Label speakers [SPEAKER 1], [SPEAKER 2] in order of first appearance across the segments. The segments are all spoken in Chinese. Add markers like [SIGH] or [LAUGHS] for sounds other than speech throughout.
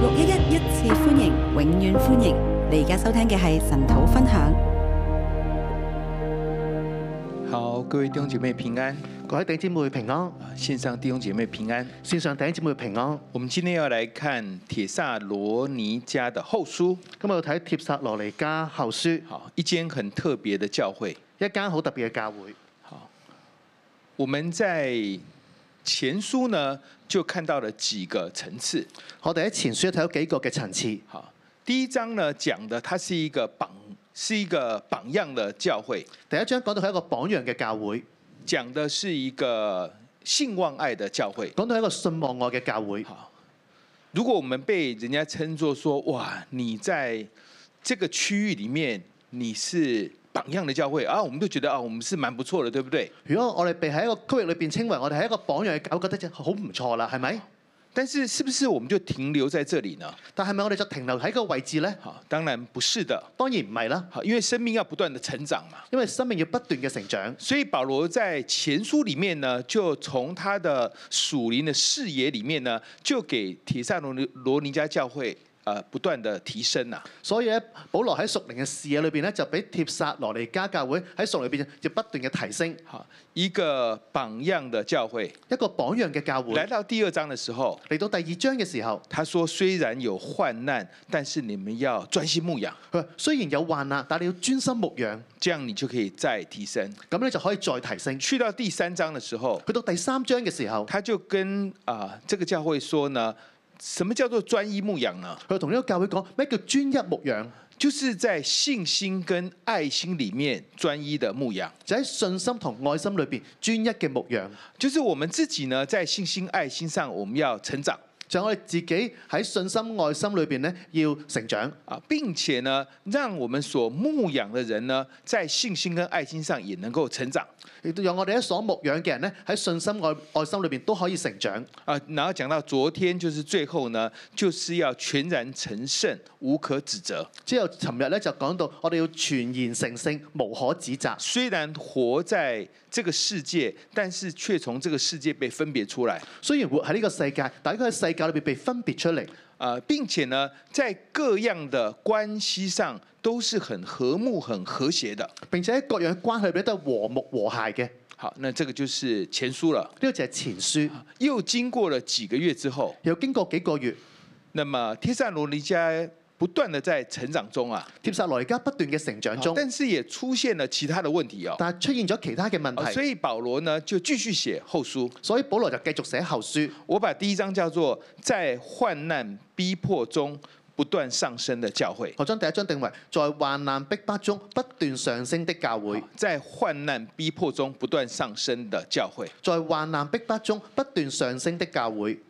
[SPEAKER 1] 六一一一次歡迎，永遠歡迎！你而家收聽嘅係神土分享。
[SPEAKER 2] 好，各位弟兄姐妹平安，
[SPEAKER 3] 各位弟兄姊妹平安，
[SPEAKER 2] 線上弟兄姐妹平安。
[SPEAKER 3] 線上弟兄姊妹平安。
[SPEAKER 2] 我們今天要來看帖撒羅尼迦的後書，
[SPEAKER 3] 今日我睇帖撒羅尼迦後書，
[SPEAKER 2] 好，一間很特別的教會。
[SPEAKER 3] 一間好特別嘅教會。
[SPEAKER 2] 好，我們在前書呢就看到了幾個層次。
[SPEAKER 3] 我哋喺前書睇到幾個嘅層次。
[SPEAKER 2] 好，第一章呢講的它是一個榜，是一個榜樣的教會，
[SPEAKER 3] 第一章講到係一個榜樣嘅教會，
[SPEAKER 2] 講的是一個信望愛的教會。
[SPEAKER 3] 講到係一個信望愛嘅教會。
[SPEAKER 2] 好，如果我們被人家稱作說，哇，你在這個區域裡面你是榜樣的教會啊，我們都覺得啊，我們是蠻不錯的，對不對？
[SPEAKER 3] 如果我哋被喺一個區域裏邊稱為我哋係一個榜樣嘅教會，覺得就好唔錯啦，係咪？
[SPEAKER 2] 但是是不是我們就停留在這裡呢？
[SPEAKER 3] 但係咪我哋就停留喺個位置呢？
[SPEAKER 2] 好，當然不是的。
[SPEAKER 3] 當然唔係啦，
[SPEAKER 2] 好，因為生命要不斷的成長嘛。
[SPEAKER 3] 因為生命要不斷嘅成長。
[SPEAKER 2] 所以保羅在前書裡面呢，就從他的屬靈的視野裡面呢，就給帖撒羅尼羅尼迦教會呃不斷的提升啊。
[SPEAKER 3] 所以咧，保羅喺屬靈嘅視野裏邊咧，就俾帖撒羅尼迦教會喺屬裏邊就不斷嘅提升，
[SPEAKER 2] 好，一個榜樣的教會。
[SPEAKER 3] 一個榜樣嘅教會。
[SPEAKER 2] 來到第二章的時候，
[SPEAKER 3] 嚟到第二章嘅時候，
[SPEAKER 2] 他說：“雖然有患難，但是你們要專心牧養，
[SPEAKER 3] 佢話雖然有患難，但你要專心牧養，
[SPEAKER 2] 這樣你就可以再提升。
[SPEAKER 3] 咁咧就可以再提升”。
[SPEAKER 2] 去到第三章的時候，
[SPEAKER 3] 去到第三章嘅時候，
[SPEAKER 2] 他就跟啊、這個教會說呢，什麼叫做專一牧養呢？
[SPEAKER 3] 佢同呢個教會講咩叫專一牧養，
[SPEAKER 2] 就是在信心跟愛心裡面專一的牧養，
[SPEAKER 3] 就喺信心同愛心裏邊專一嘅牧養，
[SPEAKER 2] 就是我們自己呢，在信心、愛心上我們要成長
[SPEAKER 3] 就係我哋自己喺信心愛心裏邊咧要成長，
[SPEAKER 2] 啊，並且呢，讓我們所牧養的人呢，在信心跟愛心上也能夠成長。
[SPEAKER 3] 亦都讓我哋喺所牧養嘅人咧喺信心愛愛心裏邊都可以成長。
[SPEAKER 2] 啊，然後講到昨天，就是最後呢，就是要全然成聖，無可指責。
[SPEAKER 3] 之後，尋日咧就講到我哋要全然成聖，無可指責。
[SPEAKER 2] 雖然活在這個世界，但是卻從這個世界被分別出來。
[SPEAKER 3] 雖然活喺呢個世界，但係佢喺世界裏邊被分別出嚟，
[SPEAKER 2] 啊、並且呢，在各樣的關係上都是很和睦、很和諧的。
[SPEAKER 3] 並且喺各樣關係裏邊都係和睦和諧嘅。呢
[SPEAKER 2] 好，那這個就是前書了。
[SPEAKER 3] 個就係前書。
[SPEAKER 2] 又經過了幾個月之後，
[SPEAKER 3] 又經過幾個月，
[SPEAKER 2] 那麼帖撒羅尼迦不斷的在成長中啊，
[SPEAKER 3] 帖撒羅尼迦不斷嘅成長中，
[SPEAKER 2] 但是也出現了其他的問題哦。
[SPEAKER 3] 但係出現咗其他嘅問
[SPEAKER 2] 啊所
[SPEAKER 3] 題，
[SPEAKER 2] 以保羅呢就繼續寫後書。
[SPEAKER 3] 所以保羅就繼續寫後書。
[SPEAKER 2] 我把第一章叫做在患難逼迫中不斷上升的教會，
[SPEAKER 3] 我將第一章定為在患難逼迫中不斷上升的教會，
[SPEAKER 2] 在患難逼迫中不斷上升的教會，
[SPEAKER 3] 在患難逼迫中不斷上升的教會。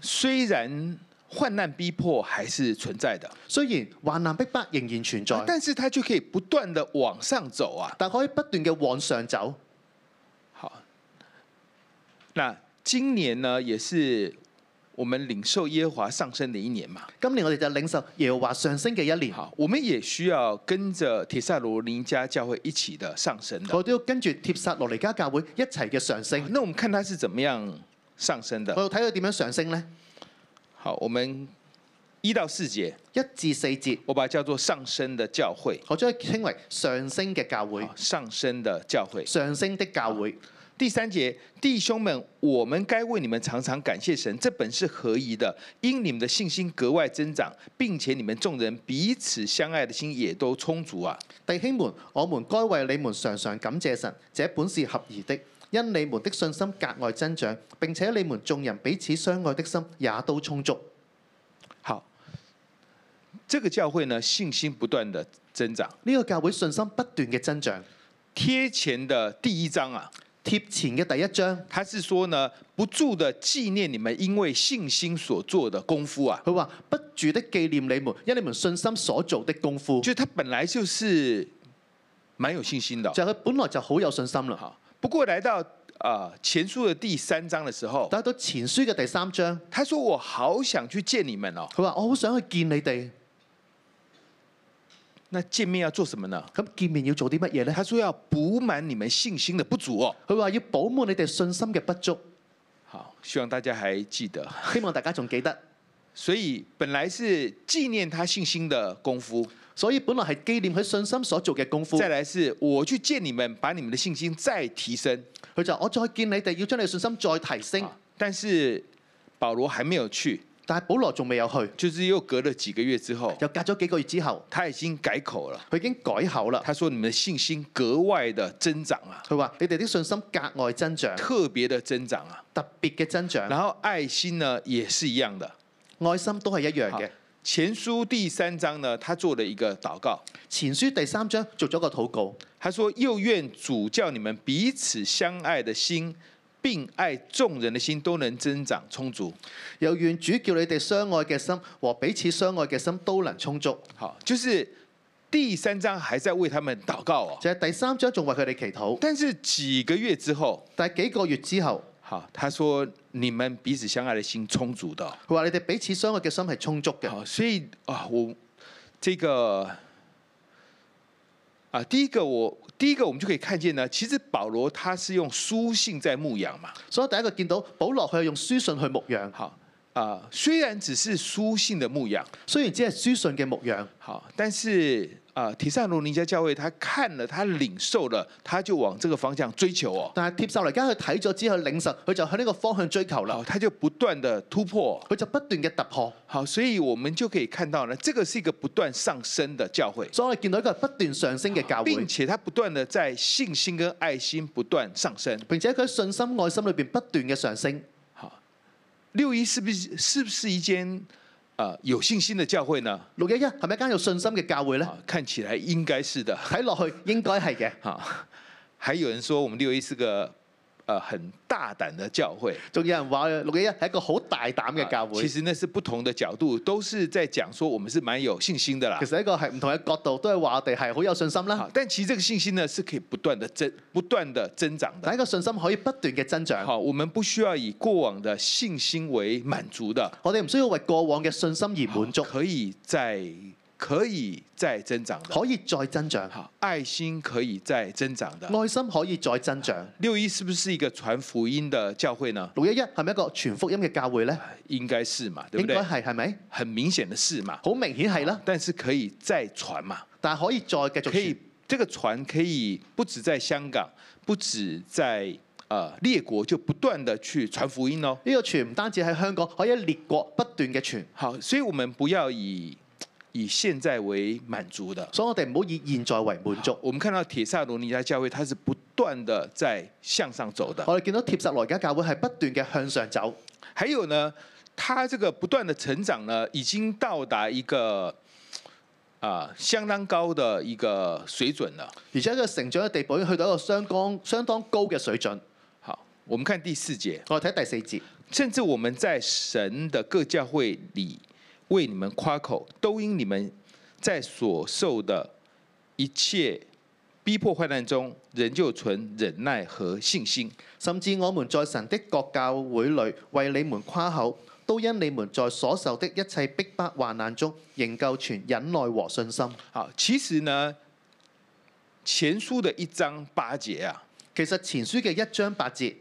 [SPEAKER 2] 雖然患難逼迫還是存在的，
[SPEAKER 3] 雖然患難逼迫仍然存在，
[SPEAKER 2] 但是它就可以不斷的往上走啊。
[SPEAKER 3] 但可以不斷嘅往上走。
[SPEAKER 2] 好，那今年呢也是我們領受耶和華上升的一年嘛。
[SPEAKER 3] 今年我哋就領受耶和華上升嘅一年，
[SPEAKER 2] 好，我們也需要跟着帖撒羅尼迦教會一起的上升的。
[SPEAKER 3] 我都要跟住帖撒羅尼迦教會一齊嘅上升。
[SPEAKER 2] 那我們看它是怎麼樣上升的
[SPEAKER 3] 我。要睇佢點樣上升呢？
[SPEAKER 2] 好，我們一到四節，
[SPEAKER 3] 一至四節，
[SPEAKER 2] 我把它叫做上升的教會，
[SPEAKER 3] 我將佢稱為上升嘅教會
[SPEAKER 2] 好，上升的教會。
[SPEAKER 3] 上升的教會。
[SPEAKER 2] 第三節，弟兄們，我們該為你們常常感謝神，這本是合宜的，因你們的信心格外增長，並且你們眾人彼此相愛的心也都充足啊。
[SPEAKER 3] 弟兄們，我們該為你們常常感謝神，這本是合宜的，因你們的信心格外增長，並且你們眾人彼此相愛的心也都充足。
[SPEAKER 2] 好，這個教會呢，信心不斷的增長。
[SPEAKER 3] 呢、個教會信心不斷嘅增長。
[SPEAKER 2] 貼前的第一章啊，
[SPEAKER 3] 貼前嘅第一章，
[SPEAKER 2] 他是說呢，不住的紀念你們因為信心所做的功夫啊，
[SPEAKER 3] 佢話不住的紀念你們，因你們信心所做的功夫。
[SPEAKER 2] 就他本來就是蠻有信心的哦。
[SPEAKER 3] 就係佢本來就好有信心啦。
[SPEAKER 2] 好，不過來到啊、呃前書的第三章的時候，
[SPEAKER 3] 但係到前書嘅第三章，
[SPEAKER 2] 他說我好想去見你們哦，
[SPEAKER 3] 佢話我好想去見你哋，
[SPEAKER 2] 那見面要做什麼呢？
[SPEAKER 3] 咁見面要做啲乜嘢呢？
[SPEAKER 2] 他說要補滿你們信心的不足哦。
[SPEAKER 3] 佢話要補滿你哋信心嘅不足，
[SPEAKER 2] 好，希望大家還記得。
[SPEAKER 3] 希望大家仲記得。
[SPEAKER 2] 所以本来是纪念他信心的功夫，
[SPEAKER 3] 所以本來係紀念佢信心所做嘅功夫。
[SPEAKER 2] 再来是我去见你们，把你们的信心再提升。
[SPEAKER 3] 佢就話我再見你哋，要將你嘅信心再提升。
[SPEAKER 2] 啊但是保罗还没有去，
[SPEAKER 3] 但係保羅仲未有去，
[SPEAKER 2] 就是又隔了几个月之后，
[SPEAKER 3] 又隔咗幾個月之後，
[SPEAKER 2] 他已经改口了。
[SPEAKER 3] 佢已經改口啦。
[SPEAKER 2] 他说：“你们的信心格外的增长啊，
[SPEAKER 3] 佢話：你哋啲信心格外增長，
[SPEAKER 2] 特别的增长啊。
[SPEAKER 3] 特別嘅增長，
[SPEAKER 2] 然后爱心呢也是一样的。
[SPEAKER 3] 愛心都係一樣
[SPEAKER 2] 啊
[SPEAKER 3] 嘅。
[SPEAKER 2] 前书第三章呢，他做了一个祷告，
[SPEAKER 3] 前書第三章做咗個禱告，
[SPEAKER 2] 他说：又愿主叫你们彼此相爱的心，并爱众人的心都能增长充足。
[SPEAKER 3] 又願主叫你哋相愛嘅心和彼此相愛嘅心都能充足。
[SPEAKER 2] 好，就是第三章还在为他們祷告哦。
[SPEAKER 3] 就係第三章仲為佢哋祈禱，
[SPEAKER 2] 但是几个月之后，
[SPEAKER 3] 但係幾個月之後，
[SPEAKER 2] 好，他说你们彼此相爱的心充足的哦。
[SPEAKER 3] 佢話你哋彼此相愛嘅心係充足嘅。
[SPEAKER 2] 好，所以啊，我这个啊，第一个我第一个我们就可以看见呢，其实保罗他是用书信在牧养嘛。
[SPEAKER 3] 所以第一個見到保羅佢係用書信去牧養，
[SPEAKER 2] 好啊，虽然只是书信的牧养，
[SPEAKER 3] 雖然只係書信嘅牧養，
[SPEAKER 2] 好，但是啊，提萨罗尼迦教会他看了，他领受了，他就往这个方向追求哦。
[SPEAKER 3] 但係貼受嚟家佢睇咗之後領受，佢就向呢個方向追求啦
[SPEAKER 2] 好，。他就不断的突破。哦
[SPEAKER 3] 佢就不斷嘅突破，
[SPEAKER 2] 好，所以我們就可以看到呢，這個是一個不斷上升的教會，
[SPEAKER 3] 所以我哋見到一個不斷上升嘅教會
[SPEAKER 2] 並，且它不斷的在信心跟愛心不斷上升。
[SPEAKER 3] 並且佢喺信心愛心裏邊不斷嘅上升。
[SPEAKER 2] 好，六一是不是是不是一間呃有信心的教會呢？
[SPEAKER 3] 六一一係咪一間有信心嘅教會呢？
[SPEAKER 2] 啊，看起來應該是的。
[SPEAKER 3] 睇落去應該係嘅，
[SPEAKER 2] 好，還有人說我們六一是個呃很大膽的教會。
[SPEAKER 3] 仲有人話六一一係一個好大膽嘅教會
[SPEAKER 2] 其。實那是不同的角度，都是在講說我們是蠻有信心的啦
[SPEAKER 3] 其。實一個係唔同嘅角度，都係話我哋係好有信心啦
[SPEAKER 2] 好。，但其實這個信心呢是可以不斷的增、不斷的增長的
[SPEAKER 3] 但。一個信心可以不斷嘅增長，
[SPEAKER 2] 好，我们不需要以过往的信心为满足的，啊
[SPEAKER 3] 我哋唔需要為過往嘅信心而滿足，
[SPEAKER 2] 可以在可以再增长的。
[SPEAKER 3] 可以再增長，
[SPEAKER 2] 好，爱心可以再增长的。
[SPEAKER 3] 愛心可以再增長。
[SPEAKER 2] 六一是不是一个传福音的教会呢？
[SPEAKER 3] 六一一係咪一個全福音嘅教會呢？
[SPEAKER 2] 应该是嘛，对
[SPEAKER 3] 應
[SPEAKER 2] 不
[SPEAKER 3] 該
[SPEAKER 2] 对？
[SPEAKER 3] 係係咪？
[SPEAKER 2] 很明显的是嘛，
[SPEAKER 3] 好明顯係啦，
[SPEAKER 2] 但是可以再传嘛，
[SPEAKER 3] 但係可以再繼續
[SPEAKER 2] 可以
[SPEAKER 3] 傳，
[SPEAKER 2] 这个传可以不止在香港，不止在呃列国，就不断的去传福音哦。
[SPEAKER 3] 呢個傳唔單止喺香港，可以喺列國不斷嘅傳。
[SPEAKER 2] 好，所以我们不要以以現在为满足的。
[SPEAKER 3] 所以我哋唔好以現在為滿足。
[SPEAKER 2] 我们看到铁萨罗尼迦教会，它是不断的在向上走的。
[SPEAKER 3] 我哋見到帖撒羅尼迦教會係不斷嘅向上走，
[SPEAKER 2] 还有呢，它这个不断的成长呢，已经到达一个啊、相当高的一个水准了。
[SPEAKER 3] 而且佢成長嘅地步已經去到一個相當相當高嘅水準。
[SPEAKER 2] 好，我们看第四节，
[SPEAKER 3] 我哋睇第四節。
[SPEAKER 2] 甚至我们在神的各教会里为你们夸口，都因你们在所受的一切逼迫患难中，仍旧存忍耐和信心。
[SPEAKER 3] 甚至我們在神的各教會裏為你們誇口，都因你們在所受的一切逼迫患難中，仍舊存忍耐和信心。
[SPEAKER 2] 好，其實呢，前書的一章八節啊，
[SPEAKER 3] 其實前書嘅一章八節，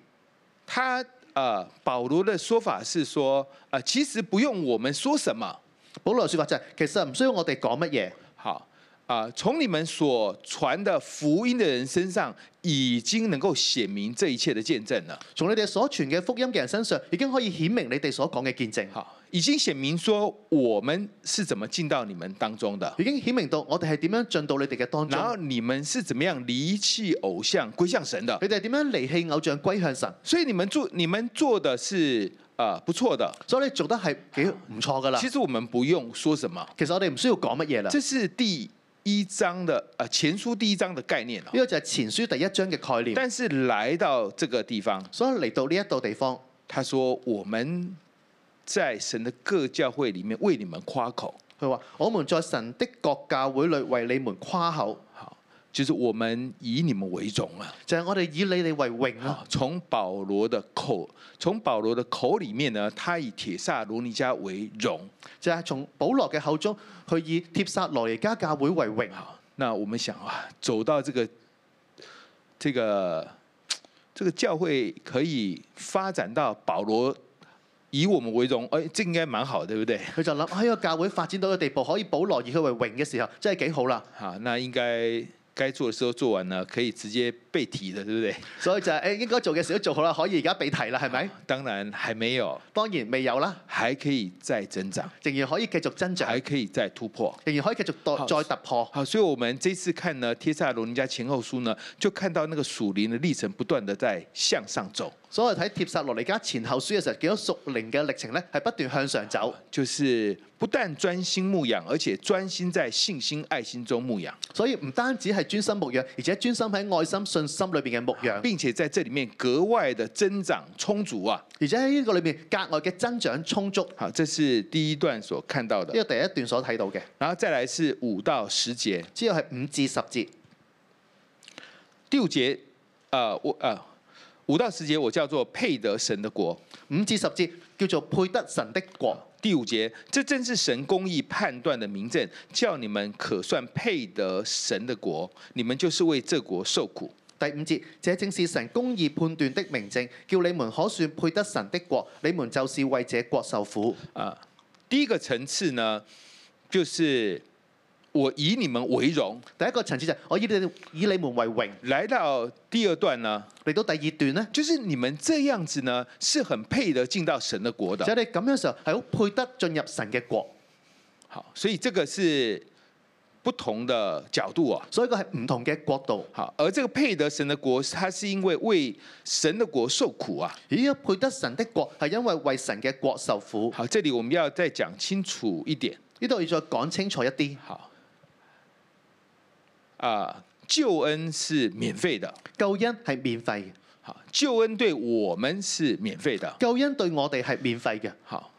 [SPEAKER 2] 他呃保羅的說法是說，呃，其實不用我們說什麼，
[SPEAKER 3] 保羅説法就係、其實唔需要我哋講乜嘢，
[SPEAKER 2] 好啊，從、你們所傳的福音的人身上，已經能夠顯明這一切的見證了。
[SPEAKER 3] 從你哋所傳嘅福音嘅人身上，已經可以顯明你哋所講嘅見證，
[SPEAKER 2] 好，已經顯明說我們是怎麼進到你們當中的。
[SPEAKER 3] 已經顯明到我哋係點樣進到你哋嘅當
[SPEAKER 2] 然後
[SPEAKER 3] 中，
[SPEAKER 2] 你們是怎麼樣離棄偶像歸向神的，
[SPEAKER 3] 你哋係點樣離棄偶像歸向神，
[SPEAKER 2] 所以你們做你們做的是呃不錯的。
[SPEAKER 3] 所以你做得係幾唔錯㗎啦
[SPEAKER 2] 其。實我們不用說什麼，
[SPEAKER 3] 其實我哋唔需要講乜嘢啦，
[SPEAKER 2] 这
[SPEAKER 3] 呢
[SPEAKER 2] 是第一章的呃前书第一章的概念了、哦
[SPEAKER 3] 個就係前書第一章嘅概念。
[SPEAKER 2] 但是来到这个地方，
[SPEAKER 3] 所以嚟到呢一度地方。
[SPEAKER 2] 他说我们在神的各教会里面为你们夸口，
[SPEAKER 3] 佢話：我們在神的各教會裏為你們誇口，
[SPEAKER 2] 好，就是我们以你们为荣啊。
[SPEAKER 3] 就係、我哋以你哋啊為榮啦。
[SPEAKER 2] 好，从保罗的口，从保罗的口里面呢，他以铁萨罗尼迦为荣。
[SPEAKER 3] 就係、從保羅嘅口中，佢以帖撒羅尼加教會為榮。
[SPEAKER 2] 好，那我们想啊，走到这个这个这个教会可以发展到保罗以我们为荣，哎，这应该蛮好，对不对？
[SPEAKER 3] 佢就諗喺個教會發展到一個地步，可以保羅以佢為榮嘅時候，真係幾好啦。
[SPEAKER 2] 好，那应该该做的时候做完了，可以直接被提的，对不对？ [LAUGHS]
[SPEAKER 3] 所以就係、誒應該做嘅事都做好啦，可以而家被提啦，係咪？
[SPEAKER 2] 当然还没有，
[SPEAKER 3] 當然未有啦，
[SPEAKER 2] 还可以再增长，
[SPEAKER 3] 仍然可以繼續增長，
[SPEAKER 2] 还可以再突破。
[SPEAKER 3] 仍然可以繼續
[SPEAKER 2] 好
[SPEAKER 3] 再再突破。
[SPEAKER 2] 好，所以我们这次看呢《帖撒罗尼迦前后书》呢，就看到那个属灵的历程不断的在向上走，
[SPEAKER 3] 所以睇帖撒羅尼加前後書嘅時候，見到屬靈嘅歷程咧係不斷向上走，
[SPEAKER 2] 就是不但专心牧养，而且专心在信心、爱心中牧养，
[SPEAKER 3] 所以唔單止係專心牧養，而且專心喺愛心、信心裏邊嘅牧養，
[SPEAKER 2] 并且在这里面格外的增长充足啊。
[SPEAKER 3] 而且喺呢個裏面格外嘅增長充足。
[SPEAKER 2] 好，这是第一段所看到的，
[SPEAKER 3] 呢個第一段所睇到嘅，
[SPEAKER 2] 然后再来是五到十节，
[SPEAKER 3] 之後係五至十節，
[SPEAKER 2] 第五节，呃，我呃五到十节我叫做配得神的国。
[SPEAKER 3] 五至十節叫做配得神的國。
[SPEAKER 2] 第五节，这正是神公义判断的明证，叫你们可算配得神的国，你们就是为这国受苦。
[SPEAKER 3] 第五節，這正是神公義判斷的明證，叫你們可算配得神的國，你們就是為這國受苦。
[SPEAKER 2] 啊、第一个层次呢，就是我以你们为荣。
[SPEAKER 3] 第一個層次就係、我以你以你們為榮。
[SPEAKER 2] 来到第二段呢，
[SPEAKER 3] 嚟到第二段呢，
[SPEAKER 2] 就是你们这样子呢，是很配得进到神的国
[SPEAKER 3] 就
[SPEAKER 2] 的。
[SPEAKER 3] 係你咁樣嘅時候係好配得進入神嘅國，
[SPEAKER 2] 好，所以这个是不同的角度啊。
[SPEAKER 3] 所以佢係唔同嘅國度。
[SPEAKER 2] 好，而这个配得神的国，它是因为为神的国受苦啊。
[SPEAKER 3] 咦，配得神的國係因為為神嘅國受苦。
[SPEAKER 2] 好，这里我们要再讲清楚一点。
[SPEAKER 3] 呢度要再講清楚一啲，
[SPEAKER 2] 好，啊、救恩是免费的，
[SPEAKER 3] 救恩係免費嘅，
[SPEAKER 2] 好，救恩对我们是免费的，
[SPEAKER 3] 救恩對我哋係免費嘅，
[SPEAKER 2] 好，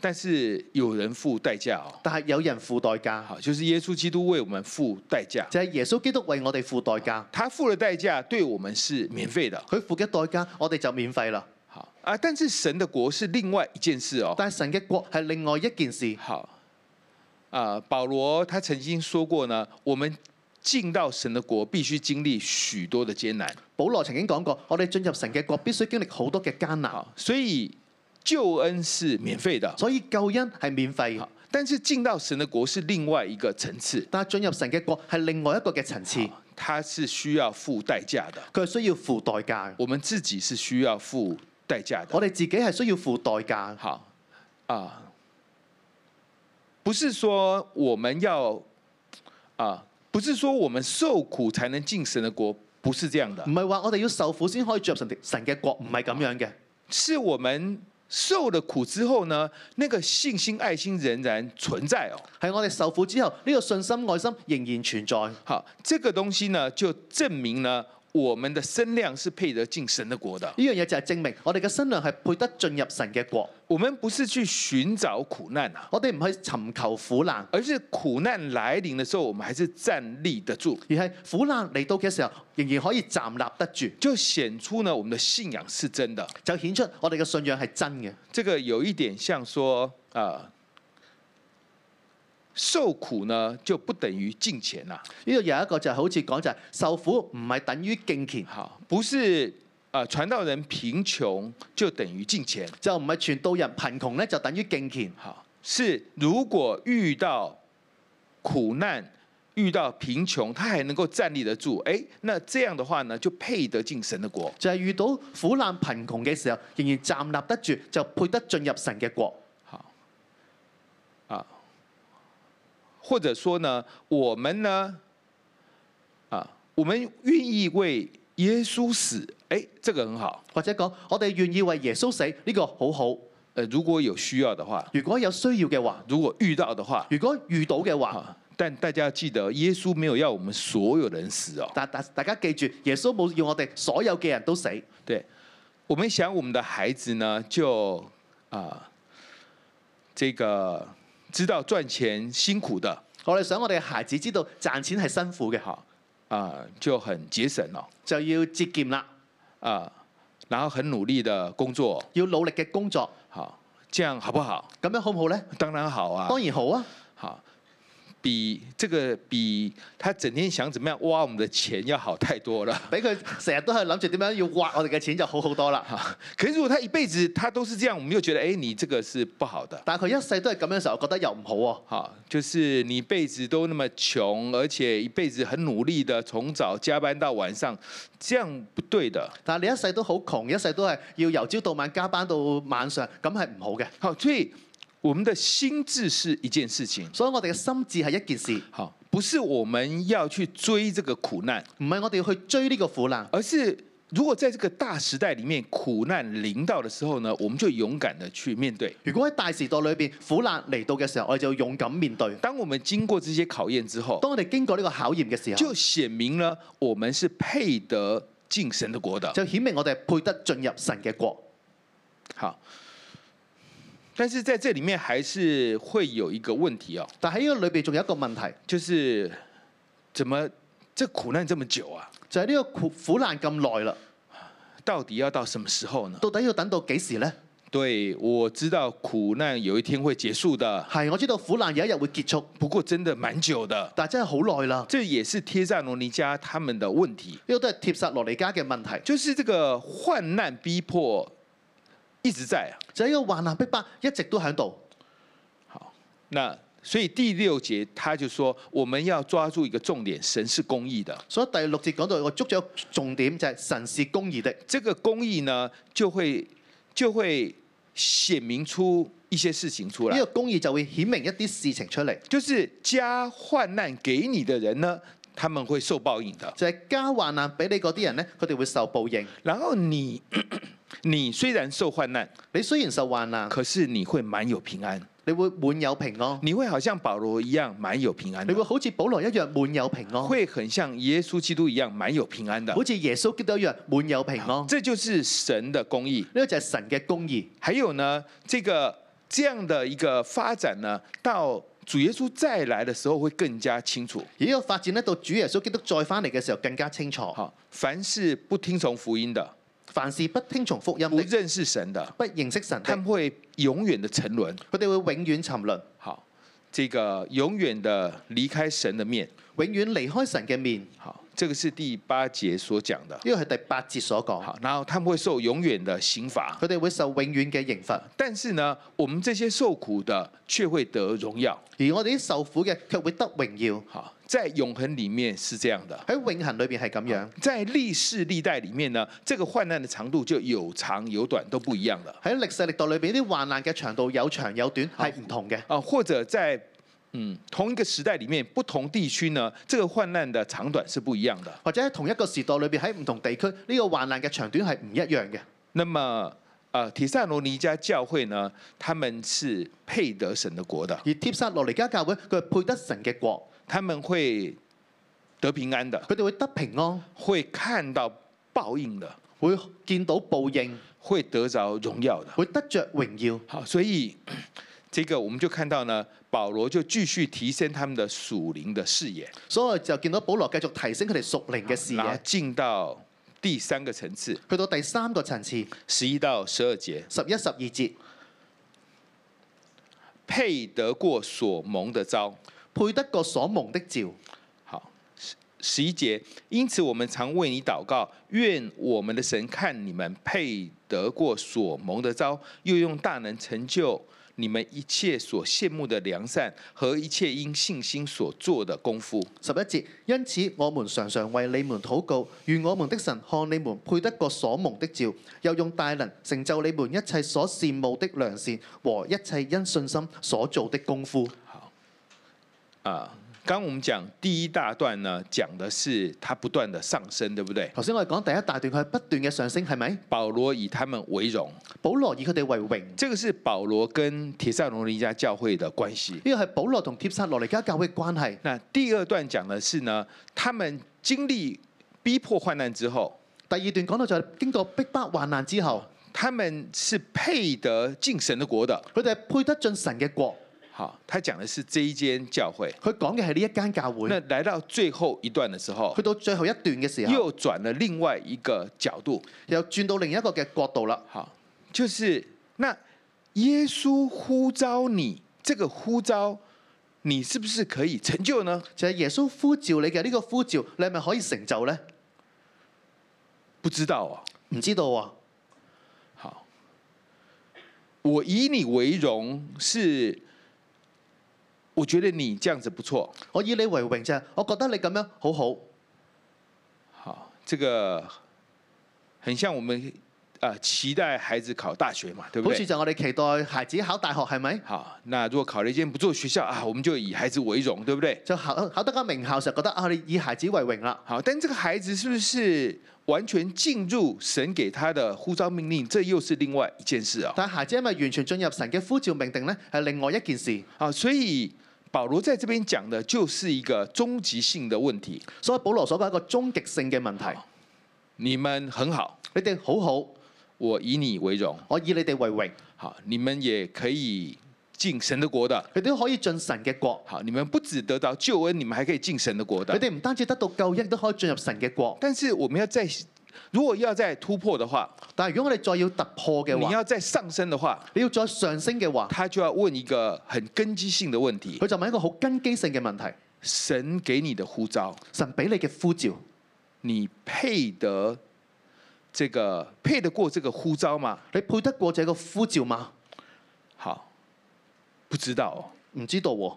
[SPEAKER 2] 但是有人付代价哦，
[SPEAKER 3] 但係有人付代價，
[SPEAKER 2] 好，就是耶穌基督為我們付代價，
[SPEAKER 3] 就係、耶穌基督為我哋付代價，
[SPEAKER 2] 他付了代價，對我們是免費的，
[SPEAKER 3] 佢付嘅代價我哋就免費啦。
[SPEAKER 2] 好啊，但是神的国是另外一件事哦，
[SPEAKER 3] 但係神嘅國係另外一件事。
[SPEAKER 2] 好，啊，保羅他曾經說過呢，我們進到神的国必須經歷許多的艱難。
[SPEAKER 3] 保羅曾經講過，我哋進入神嘅國必須經歷好多嘅艱難，
[SPEAKER 2] 好，所以救恩是免费的，
[SPEAKER 3] 所以救恩係免費嘅
[SPEAKER 2] 好。，但是进到神的国是另外一个层次，
[SPEAKER 3] 但係進入神嘅國係另外一個嘅層次，
[SPEAKER 2] 好它是需要付代價的，
[SPEAKER 3] 佢係需要付代價嘅。
[SPEAKER 2] 我们自己是需要付代價的
[SPEAKER 3] 我。哋自己係需要付代價嘅，
[SPEAKER 2] 好啊，不是说我们要啊，不是说我们受苦才能进神的国，不是这样的
[SPEAKER 3] 唔，係話我哋要受苦先可以進入神嘅神嘅國，唔係咁樣嘅。
[SPEAKER 2] 是我们。受了苦之后呢，那个信心、爱心仍然存在哦。
[SPEAKER 3] 係我哋受苦之後，呢、個信心愛心仍然存在。
[SPEAKER 2] 好，这个东西呢，就证明呢，我们的身量是配得进神的国的。
[SPEAKER 3] 呢樣嘢就係證明我哋嘅身量係配得進入神嘅國。
[SPEAKER 2] 我们不是去寻找苦难啊，
[SPEAKER 3] 我哋唔去尋求苦難，
[SPEAKER 2] 而是苦难来临的时候，我们还是站立得住，
[SPEAKER 3] 而係苦難嚟到嘅時候，仍然可以站立得住，
[SPEAKER 2] 就显出呢我们的信仰是真的。
[SPEAKER 3] 就顯出我哋嘅信仰係真嘅。
[SPEAKER 2] 这个有一点像说啊、呃受苦呢就不等于敬虔啊呐、
[SPEAKER 3] 呢度有一個就係好似講就係受苦唔係等於敬虔，
[SPEAKER 2] 好，不是啊、呃传道人贫穷就等于敬虔，
[SPEAKER 3] 就唔係傳道人貧窮咧就等於敬虔。
[SPEAKER 2] 好，是如果遇到苦难、遇到贫穷，他还能够站立得住，哎，那这样的话呢，就配得进神的国。
[SPEAKER 3] 就係遇到苦難貧窮嘅時候，仍然站立得住，就配得進入神嘅國。
[SPEAKER 2] 好，啊，或者说呢，我们呢，啊，我们愿意为耶稣死，哎，这个很好。
[SPEAKER 3] 或者講，我哋願意為耶穌死，呢、個好好。
[SPEAKER 2] 呃，如果有需要的话，
[SPEAKER 3] 如果有需要嘅話，
[SPEAKER 2] 如果遇到的话，
[SPEAKER 3] 如果遇到嘅話，
[SPEAKER 2] 啊，但大家要记得，耶稣没有要我们所有人死哦。
[SPEAKER 3] 但但大家記住，耶穌冇要我哋所有嘅人都死。
[SPEAKER 2] 对，我们想我们的孩子呢，就啊、这个知道赚钱辛苦的
[SPEAKER 3] 我哋想我哋嘅孩子知道賺錢係辛苦嘅，嚇
[SPEAKER 2] 啊、就很節省哦，
[SPEAKER 3] 就要節儉啦，
[SPEAKER 2] 啊、然後很努力的工作，
[SPEAKER 3] 要努力嘅工作，
[SPEAKER 2] 好，这样好不好？
[SPEAKER 3] 咁樣好唔好呢？
[SPEAKER 2] 当然好啊，
[SPEAKER 3] 當然好啊，
[SPEAKER 2] 好。比这个比他整天想怎么样挖我们的钱要好太多了。
[SPEAKER 3] 俾佢成日都係諗住點樣要挖我哋嘅錢就好好多啦。
[SPEAKER 2] 可是如果他一辈子他都是这样，我们又觉得，哎，你这个是不好的。
[SPEAKER 3] 但係佢一世都係咁樣嘅時候，我覺得又唔好喎、
[SPEAKER 2] 好，就是你一辈子都那么穷，而且一辈子很努力的，从早加班到晚上，这样不对的。
[SPEAKER 3] 但係你一世都好窮，一世都係要由朝到晚加班到晚上，咁係唔好嘅。
[SPEAKER 2] 好，所以我们的心智是一件事情，
[SPEAKER 3] 所以我哋嘅心智係一件事，
[SPEAKER 2] 好，不是我们要去追这个苦难，
[SPEAKER 3] 唔係我哋要去追呢個苦難，
[SPEAKER 2] 而是如果在这个大时代里面苦难临到的时候呢，我们就勇敢的去面对。
[SPEAKER 3] 如果喺大時代裏邊苦難嚟到嘅時候，我哋就要勇敢面對。
[SPEAKER 2] 当我们經過這些考驗之後，
[SPEAKER 3] 當我哋經過呢個考驗嘅時候
[SPEAKER 2] 就，顯明了我們是配得進神的國的。
[SPEAKER 3] 就顯明我哋係配得進入神嘅國。
[SPEAKER 2] 好，但是在這裡面還是會有一個問題哦，
[SPEAKER 3] 但喺呢個裏邊仲有一個問題，
[SPEAKER 2] 就是怎麼這苦難這麼久啊？
[SPEAKER 3] 就係、呢個苦苦難咁耐啦，
[SPEAKER 2] 到底要到什麼時候呢？
[SPEAKER 3] 到底要等到幾時呢？
[SPEAKER 2] 對，我知道苦難有一天會結束的，
[SPEAKER 3] 係我知道苦難有一日會結束，
[SPEAKER 2] 不過真的蠻久的。
[SPEAKER 3] 但係真係好耐啦。
[SPEAKER 2] 這也是帖撒羅尼迦他們的問題，
[SPEAKER 3] 呢個都係貼實羅尼加嘅問題，
[SPEAKER 2] 就是這個患難逼迫一直在啊。
[SPEAKER 3] 就係、呢個患難逼迫一直都喺度。
[SPEAKER 2] 那所以第六节他就说，我们要抓住一个重点，神是公义的。
[SPEAKER 3] 所以第六節講到我捉咗重點就係、神是公義的，
[SPEAKER 2] 这个公义呢，就会就会显明出一些事情出
[SPEAKER 3] 呢、
[SPEAKER 2] 来
[SPEAKER 3] 個，公義就會顯明一啲事情出嚟，
[SPEAKER 2] 就是加患難给你的人呢，他们会受报应的。
[SPEAKER 3] 就係、加患難俾你嗰啲人呢，佢哋會受報應。
[SPEAKER 2] 然后你 [CLEARS THROAT] 你虽然受患難，
[SPEAKER 3] 你雖然受患難，
[SPEAKER 2] 可是你会满有平安，
[SPEAKER 3] 你會滿有平安，
[SPEAKER 2] 你会好像保羅一样满有平安
[SPEAKER 3] 你
[SPEAKER 2] 的
[SPEAKER 3] 會，好似保羅一樣滿有平安，
[SPEAKER 2] 会很像耶穌基督一样满有平安的
[SPEAKER 3] 好。似耶穌基督一樣滿有平安。呢
[SPEAKER 2] 这就是神的公义。
[SPEAKER 3] 個就係神嘅公義。
[SPEAKER 2] 还有呢，这个这样的一个发展呢，到主耶稣再来的时候会更加清楚。
[SPEAKER 3] 而呢個發展呢，到主耶穌基督再翻嚟嘅時候更加清楚。
[SPEAKER 2] 好，凡是不听从福音的、
[SPEAKER 3] 凡事不聽從福音
[SPEAKER 2] 不
[SPEAKER 3] 的，
[SPEAKER 2] 认识神的，
[SPEAKER 3] 不認識神的
[SPEAKER 2] 他，们會永遠的沉沦。
[SPEAKER 3] 佢哋會永遠沉淪，
[SPEAKER 2] 好，这个永遠的离開神的面。
[SPEAKER 3] 永遠離開神嘅面。
[SPEAKER 2] 好，這個是第八節所講的。
[SPEAKER 3] 呢個係第八節所講，
[SPEAKER 2] 好，然後他們會受永遠的刑罰。
[SPEAKER 3] 佢哋會受永遠嘅刑罰，
[SPEAKER 2] 但是呢，我們這些受苦的却會得榮耀。
[SPEAKER 3] 而我哋啲受苦嘅卻會得榮耀。
[SPEAKER 2] 好，在永恒里面是這樣的。
[SPEAKER 3] 喺永恆裏邊係咁樣，
[SPEAKER 2] 在历世历代里面呢，这个患难的长度就有长有短，都不一样了
[SPEAKER 3] 喺歷世歷代裏邊啲患難嘅長度有長有短，係唔同嘅。
[SPEAKER 2] 啊。或者在嗯同一个时代里面，不同地区呢，这个患难的长短是不一样的。
[SPEAKER 3] 或者喺同一個時代裏邊喺唔同地區，呢、個患難嘅長短係唔一樣嘅。
[SPEAKER 2] 那么呃，铁萨罗尼加教会呢，他们是配得神的国的，
[SPEAKER 3] 而帖撒羅尼加教會佢係配得神嘅國，
[SPEAKER 2] 他们会得平安的，
[SPEAKER 3] 佢哋會得平安，
[SPEAKER 2] 会看到报应的，
[SPEAKER 3] 會見到報應，
[SPEAKER 2] 会得着荣耀的。
[SPEAKER 3] 會得着榮耀。
[SPEAKER 2] 好，所以 [CLEARS THROAT] 这个我们就看到呢，保罗就继续提升他们的属灵的视野。
[SPEAKER 3] 所以我就見到保羅繼續提升佢哋屬靈嘅視
[SPEAKER 2] 然后
[SPEAKER 3] 野，
[SPEAKER 2] 进到第三个层次，
[SPEAKER 3] 去到第三個層次，
[SPEAKER 2] 十一到十二节，
[SPEAKER 3] 十一、十二節，
[SPEAKER 2] 配得过所蒙的招。
[SPEAKER 3] 配得個所蒙的召。
[SPEAKER 2] 好，十十一节，因此我们常为你祷告，愿我们的神看你们配得过所蒙的招，又用大能成就你们一切所羡慕的良善和一切因信心所做的功夫。
[SPEAKER 3] 十一節，因此我們常常為你們禱告，願我們的神看你們配得個所蒙的召，又用大能成就你們一切所羨慕的良善和一切因信心所做的功夫。
[SPEAKER 2] 啊、刚我们讲第一大段呢，讲的是他不断的上升，对不对？
[SPEAKER 3] 頭先我哋講第一大段，佢係不斷嘅上升，係咪？
[SPEAKER 2] 保羅以他们为荣。
[SPEAKER 3] 保羅以佢哋為榮，
[SPEAKER 2] 这个是保罗跟铁萨罗尼迦教会的关系。
[SPEAKER 3] 呢個係保羅同帖撒羅尼加教會嘅關係。
[SPEAKER 2] 那第二段讲的是呢，他们经历逼迫患难之后，
[SPEAKER 3] 第二段講到就係經過逼迫患難之後，
[SPEAKER 2] 他们是配得进神的国的。
[SPEAKER 3] 佢哋係配得進神嘅國。
[SPEAKER 2] 好，他讲的是这一间教会。
[SPEAKER 3] 佢講嘅係呢一間教會。
[SPEAKER 2] 那来到最后一段的时候
[SPEAKER 3] 去，到最後一段嘅時候，
[SPEAKER 2] 又转了另外一个角度。
[SPEAKER 3] 又轉到另一個嘅角度啦。
[SPEAKER 2] 好，就是那耶稣呼召你，这个呼召你是不是可以成就呢？
[SPEAKER 3] 就係耶穌呼召你嘅呢個呼召，你係咪可以成就呢？
[SPEAKER 2] 不知道啊。
[SPEAKER 3] 唔知道喎。
[SPEAKER 2] 好，我以你为荣是，我觉得你这样子不错。
[SPEAKER 3] 我以你為榮就係，我覺得你咁樣好好，
[SPEAKER 2] 好，这个很像我们啊、呃期待孩子考大学嘛，对不
[SPEAKER 3] 好似
[SPEAKER 2] 对？
[SPEAKER 3] 就我哋期待孩子考大學係咪？
[SPEAKER 2] 好，那如果考了一间不错的学校啊，我们就以孩子为荣，对不对？
[SPEAKER 3] 就考考得間名校就覺得啊，你以孩子為榮啦。
[SPEAKER 2] 好，但这个孩子是不是完全进入神给他的呼召命令？这又是另外一件事啊、
[SPEAKER 3] 但孩子係咪完全進入神嘅呼召命定呢？係另外一件事。
[SPEAKER 2] 啊，所以保罗在这边讲的就是一个终极性的问题。
[SPEAKER 3] 所以保羅所講一個終極性嘅問
[SPEAKER 2] 哦
[SPEAKER 3] 題，
[SPEAKER 2] 你们很好，
[SPEAKER 3] 你哋好好，
[SPEAKER 2] 我以你为荣。
[SPEAKER 3] 我以你哋為榮，
[SPEAKER 2] 好，你们也可以进神的国的。
[SPEAKER 3] 你哋都可以進神嘅國。
[SPEAKER 2] 好，你们不只得到救恩，你们还可以进神的国
[SPEAKER 3] 你
[SPEAKER 2] 的。
[SPEAKER 3] 哋唔單止得到救恩，都可以進入神嘅國。
[SPEAKER 2] 但是我们要再，如果要再突破的话，
[SPEAKER 3] 但係如果我哋再要突破嘅
[SPEAKER 2] 你
[SPEAKER 3] 話，
[SPEAKER 2] 要再上升的话，
[SPEAKER 3] 你要再上升嘅話，
[SPEAKER 2] 他就要问一个很根基性的问题：
[SPEAKER 3] 佢就問一個好根基性嘅問題：
[SPEAKER 2] 神给你的呼召，
[SPEAKER 3] 神俾你嘅呼召，
[SPEAKER 2] 你配得这个配得过这个呼召吗？
[SPEAKER 3] 你配得過這個呼召嗎？
[SPEAKER 2] 好，不知道、哦。
[SPEAKER 3] 唔知道喎。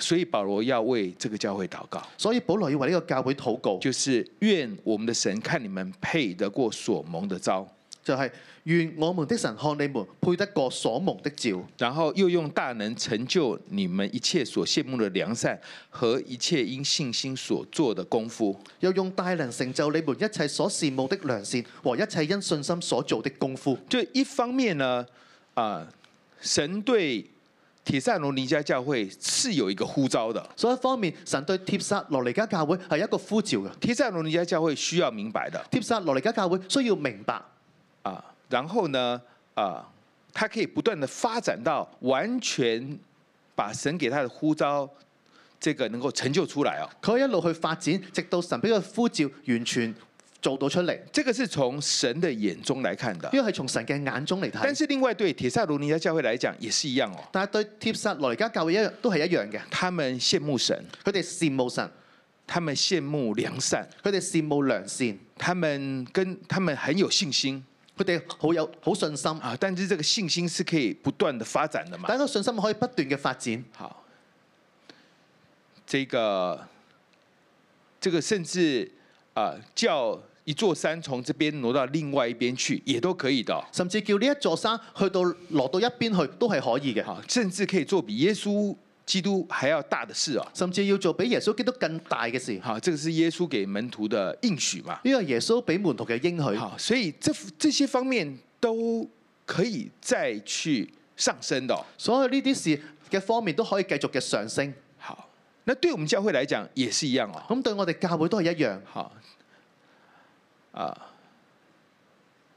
[SPEAKER 2] 所以保罗要为这个教会祷告，
[SPEAKER 3] 所以保羅要為呢個教會禱告，
[SPEAKER 2] 就是愿我们的神看你们配得过所蒙的召，
[SPEAKER 3] 就係、願我們的神看你們配得過所蒙的召，
[SPEAKER 2] 然后又用大能成就你们一切所羡慕的良善和一切因信心所做的功夫。
[SPEAKER 3] 又用大能成就你們一切所羨慕的良善和一切因信心所做的功夫。
[SPEAKER 2] 就一方面呢，啊、神对铁萨罗尼迦教会是有一个呼召的。
[SPEAKER 3] 所以一方面，神對帖撒羅尼加教會係一個呼召嘅。
[SPEAKER 2] 铁萨罗尼迦教会需要明白的
[SPEAKER 3] 帖撒羅尼加教會需要明白，
[SPEAKER 2] 啊、然后呢，啊、他可以不断的发展到完全把神给他的呼召，这个能够成就出来哦。
[SPEAKER 3] 佢一路去發展，直到神俾佢呼召完全做到出嚟。
[SPEAKER 2] 这个是從神的眼中來看的，
[SPEAKER 3] 呢個係從神嘅眼中嚟
[SPEAKER 2] 但
[SPEAKER 3] 睇。
[SPEAKER 2] 是另外對帖撒羅尼迦教會來講也是一樣哦，
[SPEAKER 3] 但係對帖撒羅尼加教會一樣都係一樣嘅，
[SPEAKER 2] 他們羨慕神，
[SPEAKER 3] 佢哋羨慕神，
[SPEAKER 2] 他們羨慕良善，
[SPEAKER 3] 佢哋羨慕良善，
[SPEAKER 2] 他們跟他們很有信心
[SPEAKER 3] 佢哋好有好信心。
[SPEAKER 2] 啊，但是這個信心是可以不斷的發展的嘛。
[SPEAKER 3] 但係個信心可以不斷嘅發展，
[SPEAKER 2] 好，这个这个甚至啊、叫一座山從這邊挪到另外一邊去也都可以的哦、
[SPEAKER 3] 甚至叫呢一座山去到落到一邊去都係可以嘅，
[SPEAKER 2] 好，甚至可以做比耶穌基督還要大的事哦。
[SPEAKER 3] 甚至要做比耶穌基督更大嘅事。
[SPEAKER 2] 好，这个是耶稣給門徒的應許嘛。
[SPEAKER 3] 呢個係耶穌俾門徒嘅應許，
[SPEAKER 2] 好，所以这这些方面都可以再去上升的哦、
[SPEAKER 3] 所有呢啲事嘅方面都可以繼續嘅上升。
[SPEAKER 2] 好，那对我們教會來講也是一樣哦。
[SPEAKER 3] 咁對我哋教會都係一樣。
[SPEAKER 2] 好，啊，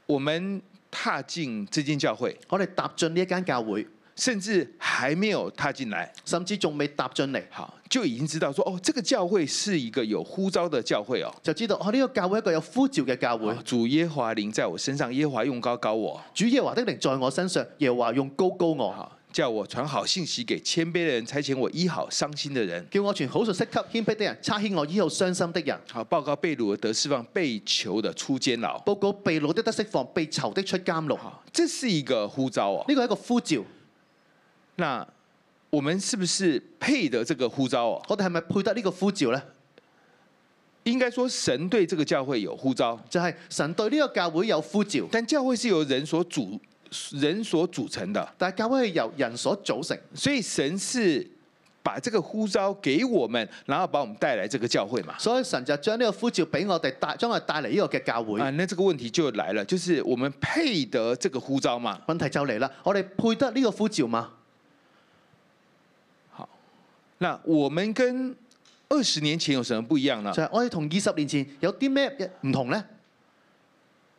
[SPEAKER 2] 我們踏進這間教會，
[SPEAKER 3] 我哋踏進呢一間教會，
[SPEAKER 2] 甚至還沒有踏進來，
[SPEAKER 3] 甚至仲未踏進嚟，
[SPEAKER 2] 好，就已經知道說，哦，這個教會是一個有呼召的教會哦。
[SPEAKER 3] 就知道哦呢、個教會係一個有呼召嘅教會
[SPEAKER 2] 好。主耶和華靈在我身上，耶和華用高高我，
[SPEAKER 3] 主耶和華的靈在我身上，耶和華用高高我，
[SPEAKER 2] 好，叫我傳好信息給謙卑的人，差遣我醫好傷心的人。
[SPEAKER 3] 叫我傳好信息給謙卑的人，差遣我醫好傷心的人。
[SPEAKER 2] 好，報告被掳的得釋放，被囚的出監牢。
[SPEAKER 3] 報告被擄的得釋放，被囚的出監牢。
[SPEAKER 2] 好，这是一個呼召哦。
[SPEAKER 3] 呢個係一個呼召，
[SPEAKER 2] 那我們是不是配得這個呼召哦？
[SPEAKER 3] 我哋係咪配得呢個呼召呢？
[SPEAKER 2] 應該說，神對這個教會有呼召，
[SPEAKER 3] 就係、神對呢個教會有呼召，
[SPEAKER 2] 但教會是由人所組、人所組成的，
[SPEAKER 3] 但係教會係由人所組成，
[SPEAKER 2] 所以神是把這個呼召給我們，然後把我們帶來這個教會嘛。
[SPEAKER 3] 所以神就將呢個呼召俾我哋帶，將我哋帶嚟呢個嘅教會。
[SPEAKER 2] 啊，那這個問題就來了，就是我們配得這個呼召嗎？
[SPEAKER 3] 問題就嚟啦，我哋配得呢個呼召嗎？
[SPEAKER 2] 那我們跟二十年前有什麼不一樣呢
[SPEAKER 3] 就？係我哋同二十年前有啲咩唔同呢？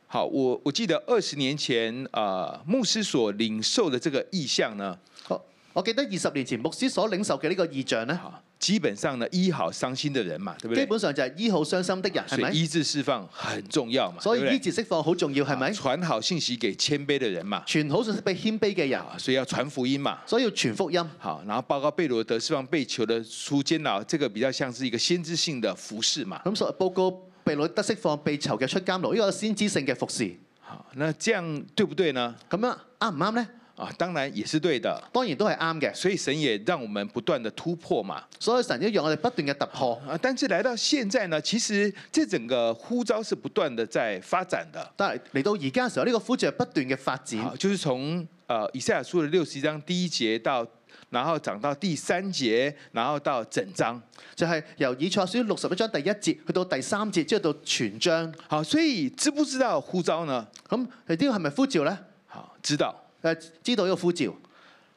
[SPEAKER 2] 好，我我記得二十年前啊、呃牧師所領受的這個意象呢，
[SPEAKER 3] 我我記得二十年前牧師所領受嘅呢個異象呢，
[SPEAKER 2] 好，基本上呢医好伤心的人嘛，对不
[SPEAKER 3] 基
[SPEAKER 2] 对？
[SPEAKER 3] 本上就係醫好傷心的人，係
[SPEAKER 2] 所以
[SPEAKER 3] 咪？
[SPEAKER 2] 医治释放很重要嘛，
[SPEAKER 3] 所以
[SPEAKER 2] 对不
[SPEAKER 3] 醫
[SPEAKER 2] 对
[SPEAKER 3] 治釋放好重要，係咪？
[SPEAKER 2] 传好信息给谦卑的人嘛，
[SPEAKER 3] 傳好信息俾謙卑嘅人，
[SPEAKER 2] 啊，所以要传福音嘛。
[SPEAKER 3] 所以要傳福音。
[SPEAKER 2] 好，然后报告贝罗德释放被囚的出监牢，这个比较像是一个先知性的服饰嘛。
[SPEAKER 3] 咁所以報告被女得釋放被囚嘅出監牢，呢個先知性嘅服侍。
[SPEAKER 2] 好，那这样对不对呢？
[SPEAKER 3] 咁樣啱唔啱呢？
[SPEAKER 2] 啊，當然也是對的。
[SPEAKER 3] 當然都係啱嘅。
[SPEAKER 2] 所以神也讓我們不斷的突破嘛。
[SPEAKER 3] 所以神一樣，我哋不斷嘅突破。
[SPEAKER 2] 啊，但是來到現在呢，其實這整個呼召是不斷的在發展的。
[SPEAKER 3] 但係嚟到而家嘅時候，呢、個呼召係不斷嘅發展。
[SPEAKER 2] 好，就是從呃以賽亞書的六十一章第一節到，然後講到第三節，然後到整章。
[SPEAKER 3] 就係由以賽書六十一章第一節去到第三節，之後到全章。
[SPEAKER 2] 好，所以知不知道呼召呢？
[SPEAKER 3] 咁呢個係咪呼召呢？
[SPEAKER 2] 好，知道。
[SPEAKER 3] 誒，知道呢個呼召，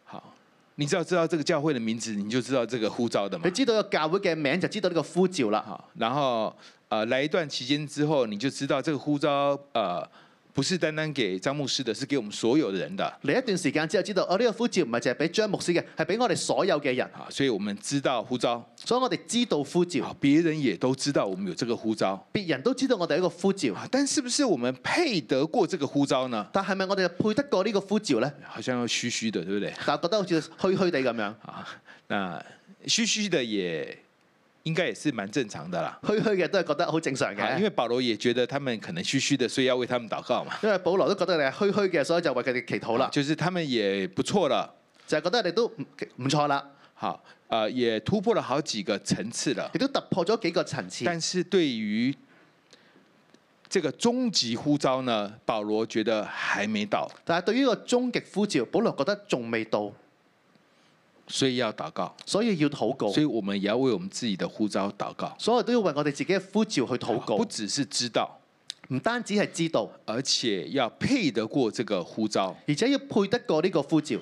[SPEAKER 2] 好，你只要知道這個教會的名字，你就知道這個呼召的嘛
[SPEAKER 3] 你。知道個教會嘅名就知道呢個呼召啦。
[SPEAKER 2] 好，然後呃來一段期間之後，你就知道這個呼召呃不是單單給張牧師的，是給我們所有的人的。
[SPEAKER 3] 嚟一段時間之後，知道哦，呢、個呼召唔係淨係俾張牧師嘅，係俾我哋所有嘅人。
[SPEAKER 2] 好，所以我們知道呼召，
[SPEAKER 3] 所以我哋知道呼召，
[SPEAKER 2] 好，別人也都知道我們有這個呼召
[SPEAKER 3] 別人都知道我哋有一個呼召，
[SPEAKER 2] 啊，但是不是我們配得過這個呼召呢？
[SPEAKER 3] 但係咪我哋配得過呢個呼召呢？
[SPEAKER 2] 好像要虛虛的，對不對？
[SPEAKER 3] 但係覺得好似虛虛地咁樣，
[SPEAKER 2] 啊，那虛虛的也應該也是蠻正常的啦。
[SPEAKER 3] 虛虛嘅都係覺得好正常
[SPEAKER 2] 啊，
[SPEAKER 3] 嘅。
[SPEAKER 2] 因為保羅也覺得他們可能虛虛的，所以要為他們禱告嘛。啊
[SPEAKER 3] 因為保羅都覺得你係虛虛嘅，所以就為佢哋祈禱啦，
[SPEAKER 2] 就是他們也不錯了，
[SPEAKER 3] 就係覺得你都唔唔錯啦，
[SPEAKER 2] 好，呃，也突破了好幾個層次了。
[SPEAKER 3] 亦都突破咗幾個層次。
[SPEAKER 2] 但是对于这个终极呼召呢，保罗觉得还没到，
[SPEAKER 3] 但係對於呢個終極呼召，保羅覺得仲未到，
[SPEAKER 2] 所以要祷告。
[SPEAKER 3] 所以要禱告
[SPEAKER 2] 所，以我们也要為我們自己的呼召祷告，
[SPEAKER 3] 所以都要為我哋自己嘅呼召去禱
[SPEAKER 2] 不
[SPEAKER 3] 告，
[SPEAKER 2] 只是知道，
[SPEAKER 3] 唔單止係知道，
[SPEAKER 2] 而且要配得過這個呼召，
[SPEAKER 3] 而且要配得過呢個呼召。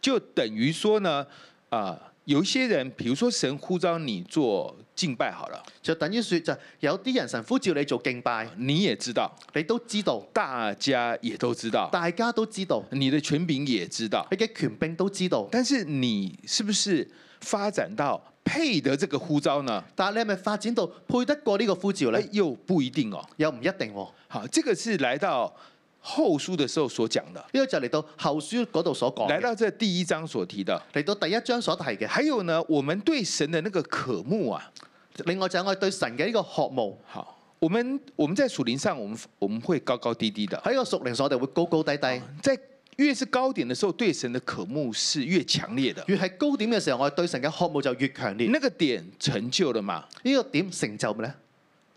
[SPEAKER 2] 就等於說呢，啊、有一些人，比如說神呼召你做敬拜好了，
[SPEAKER 3] 就等於說就係有啲人神呼召你做敬拜，
[SPEAKER 2] 你也知道，
[SPEAKER 3] 你都知道，
[SPEAKER 2] 大家也都知道，
[SPEAKER 3] 大家都知道，
[SPEAKER 2] 你的權柄也知道，
[SPEAKER 3] 你嘅權柄都知道，
[SPEAKER 2] 但是你是不是發展到配得這個呼召呢？
[SPEAKER 3] 但係你係咪發展到配得過呢個呼召呢
[SPEAKER 2] 哎？，又不一定哦。
[SPEAKER 3] 又唔一定喎。
[SPEAKER 2] 好，这个是來到後書的時候所講的，
[SPEAKER 3] 呢個就嚟到後書嗰度所講
[SPEAKER 2] 來
[SPEAKER 3] 嘅，
[SPEAKER 2] 到這第一章所提的。
[SPEAKER 3] 嚟到第一章所提嘅。
[SPEAKER 2] 還有呢，我們對神的那個渴慕啊，
[SPEAKER 3] 另外就係我哋對神嘅呢個渴慕，
[SPEAKER 2] 好，我們我們在屬靈上，我們我們會高高低低的，
[SPEAKER 3] 喺個屬靈上我哋會高高低低。
[SPEAKER 2] 在越是高點的時候，對神的渴慕是越強烈的。
[SPEAKER 3] 越係高點嘅時候，我哋對神嘅渴慕就越強烈。
[SPEAKER 2] 那個點成就了嘛？
[SPEAKER 3] 呢、個點成就咧？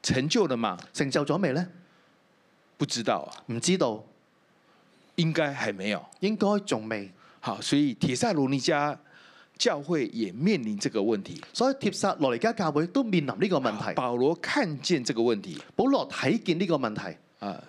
[SPEAKER 2] 成就了嘛？
[SPEAKER 3] 成就咗未呢？
[SPEAKER 2] 不知道啊，
[SPEAKER 3] 唔知道，
[SPEAKER 2] 應該還沒有。
[SPEAKER 3] 應該仲未。
[SPEAKER 2] 好，所以帖撒羅尼迦教會也面臨這個問題。
[SPEAKER 3] 所以帖撒羅尼迦教會都面臨呢個問題。
[SPEAKER 2] 保羅看見這個問題，
[SPEAKER 3] 保羅睇見呢個問題，
[SPEAKER 2] 啊，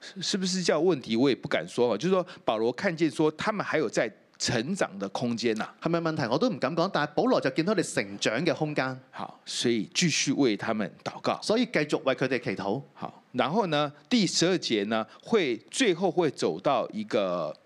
[SPEAKER 2] 是是不是叫问题？我也不敢说啊。就是说，保罗看见说他们还有在成长的空间呐、
[SPEAKER 3] 係咪問題我都唔敢講，但係保羅就見到你成長嘅空間，
[SPEAKER 2] 好，所以繼續為他們祷告。
[SPEAKER 3] 所以繼續為佢哋祈禱。
[SPEAKER 2] 好，然后呢，第十二节呢，会最后会走到一个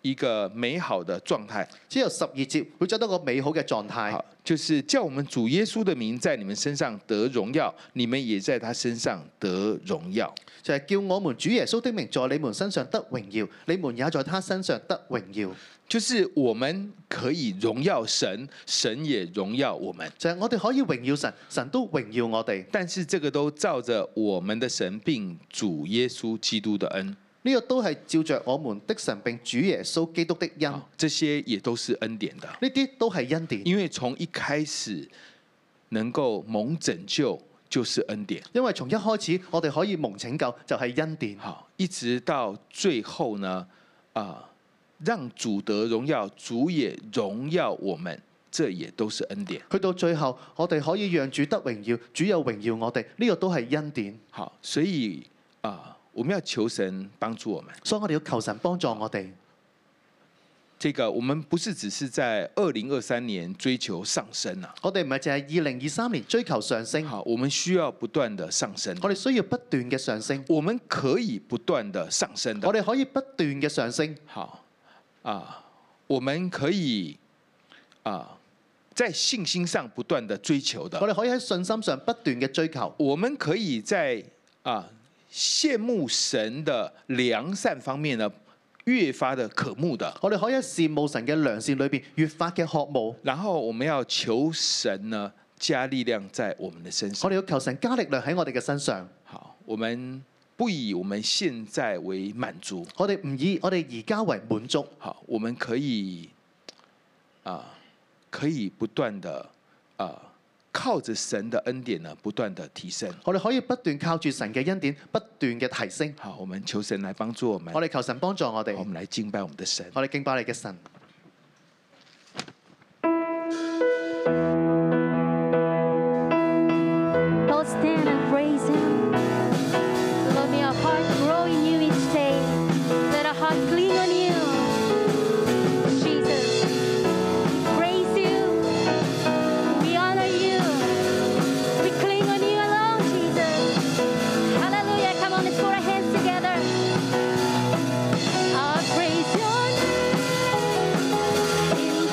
[SPEAKER 2] 一个美好的狀態。
[SPEAKER 3] 之後十二節會走到個美好嘅狀態，
[SPEAKER 2] 好，就是叫我們主耶穌的名在你們身上得榮耀，你們也在他身上得榮耀。
[SPEAKER 3] 就係叫我們主耶穌的名在你們身上得榮耀，你們也在他身上得榮耀。
[SPEAKER 2] 就是我們可以榮耀神，神也榮耀我們。
[SPEAKER 3] 就係我哋可以榮耀神，神都榮耀我哋。
[SPEAKER 2] 但是这个都照着我们的神并主耶稣基督的恩，
[SPEAKER 3] 呢、個都係照着我們的神並主耶穌基督的恩，呢
[SPEAKER 2] 这些也都是恩典的。
[SPEAKER 3] 啲都係恩典。
[SPEAKER 2] 因为从一开始能够蒙拯救就是恩典，
[SPEAKER 3] 因為從一開始我哋可以蒙拯救就係恩典，
[SPEAKER 2] 好，一直到最后呢，啊、让主得荣耀，主也荣耀我们，这也都是恩典。
[SPEAKER 3] 去到最後我哋可以讓主得榮耀，主又榮耀我哋，呢、個都係恩典。
[SPEAKER 2] 好，所以啊、我们要求神帮助我们。
[SPEAKER 3] 所以我哋要求神幫助我哋。
[SPEAKER 2] 这个我们不是只是在二零二三年追求上升啊，
[SPEAKER 3] 我哋唔係淨係二零二三年追求上升，
[SPEAKER 2] 好，我们需要不断的上升。
[SPEAKER 3] 我哋需要不斷嘅上升，
[SPEAKER 2] 我们可以不断的上升
[SPEAKER 3] 我
[SPEAKER 2] 的。
[SPEAKER 3] 哋可以不斷嘅上升，
[SPEAKER 2] 好啊，我们可以啊，在信心上不断的追求
[SPEAKER 3] [LAUGHS] 我
[SPEAKER 2] 的。
[SPEAKER 3] 哋可以喺信心上不斷嘅追求，
[SPEAKER 2] 我们可以在啊羡慕神的良善方面呢，越发的渴慕的。
[SPEAKER 3] 我哋可以喺羨慕神嘅良善裏邊越發嘅渴慕。
[SPEAKER 2] 然后我们要求神呢加力量在我们的身
[SPEAKER 3] 我。
[SPEAKER 2] 上
[SPEAKER 3] 哋要求神加力量喺我哋嘅身上。
[SPEAKER 2] 好，我们不以我们现在为满足。
[SPEAKER 3] 我哋唔以我哋而家為滿足，
[SPEAKER 2] 好，我们可以啊、可以不断的啊、靠着神的恩典呢，不断的提升。
[SPEAKER 3] 我哋可以不斷靠住神嘅恩典，不斷嘅提升。
[SPEAKER 2] 好，我们求神来帮助我们，
[SPEAKER 3] 我哋求神幫助我哋
[SPEAKER 2] 我，们来敬拜我们的神。
[SPEAKER 3] 我哋敬拜你嘅神。
[SPEAKER 4] Lord, stand and praise Him. Lord, may our heart grow in You each day. Let our heart cling on You, Jesus. Praise You. We honor You. We cling on You alone, Jesus. Hallelujah! Come on, let's put our hands together. I'll praise Your name.
[SPEAKER 5] Oh,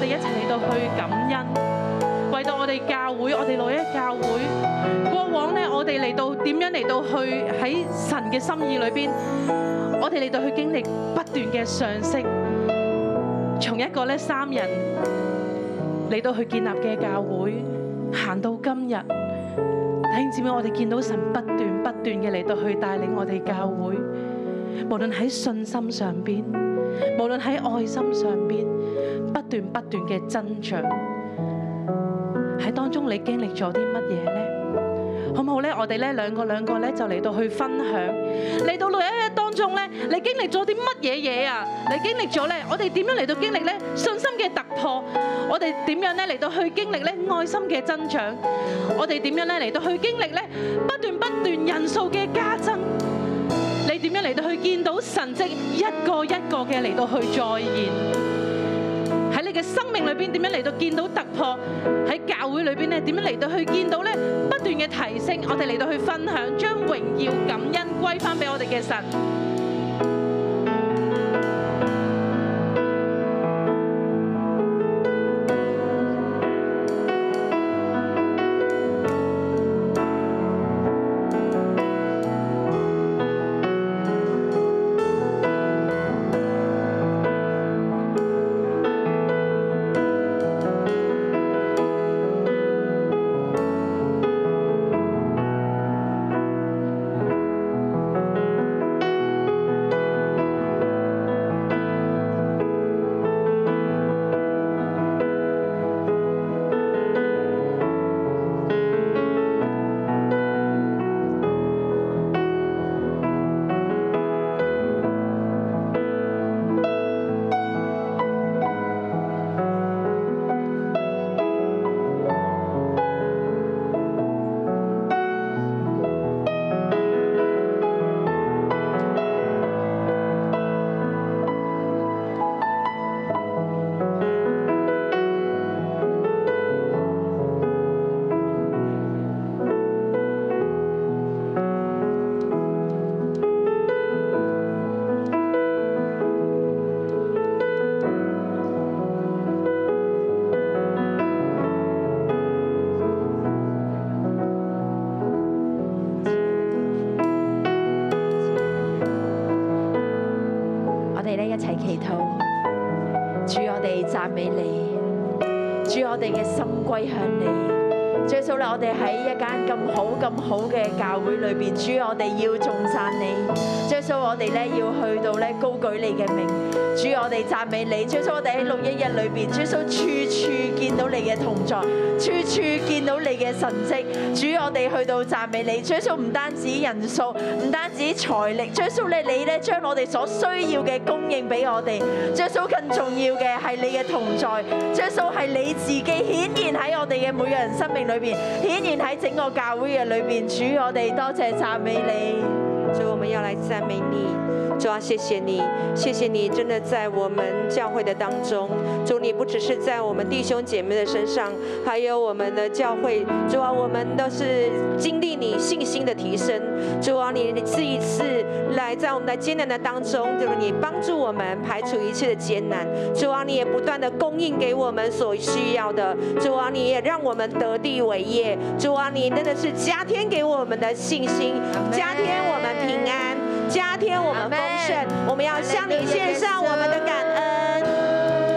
[SPEAKER 6] 哋一齊嚟到去感恩，為到我哋教會，我哋六一教會。過往呢，我哋嚟到點樣嚟到去喺神嘅心意裏邊，我哋嚟到去經歷不斷嘅上升，從一個呢三人嚟到去建立嘅教會，行到今日。弟兄姊妹，我哋見到神不斷不斷嘅嚟到去帶領我哋教會，無論喺信心上邊，無論喺愛心上邊，不斷不斷嘅增長。喺當中你經歷咗啲乜嘢呢？好唔好呢？我哋呢兩個兩個呢就嚟到去分享，嚟到六一一當中呢，你經歷咗啲乜嘢嘢啊？你經歷咗呢，我哋點樣嚟到經歷呢？信心嘅突破，我哋點樣呢嚟到去經歷呢？愛心嘅增長？我哋點樣咧嚟到去經歷咧不斷不斷人數嘅加增？你點樣嚟到去見到神跡一個一個嘅嚟到去再現？喺你嘅生命裏邊點樣嚟到見到突破？喺教會裏邊咧點樣嚟到去見到咧不斷嘅提升？我哋嚟到去分享，將榮耀感恩歸翻俾我哋嘅神。
[SPEAKER 7] 我哋咧一齊祈禱，主我哋讚美你，主我哋嘅心歸向你。最數啦，我哋喺一間咁好咁好嘅教會裏邊，主我哋要頌讚你。最數我哋咧要去到咧高舉你嘅名，主我哋讚美你。最數我哋喺六一日裏邊，最數處處見到你嘅同在，處處見到你嘅神跡。主我哋去到讚美你。最數唔單止人數，唔單止財力，最數咧你咧將我哋所需要嘅供應俾我哋。最數更重要嘅係你嘅同在，最數係你自己顯現喺我哋嘅每個人生命裏邊，顯現喺整個教會嘅裏邊。主我哋多謝讚美你。
[SPEAKER 8] 所以我们要来赞美你。主啊，谢谢你，谢谢你，真的在我们教会的当中，主你不只是在我们弟兄姐妹的身上，还有我们的教会，主啊，我们都是经历你信心的提升，主啊，你一次一次来在我们的艰难的当中，主你帮助我们排除一切的艰难，主啊，你也不断的供应给我们所需要的，主啊，你也让我们得地为业，主啊，你真的是加添给我们的信心，加添我们平安，加添我们丰盛。我们要向你献上我们的感恩。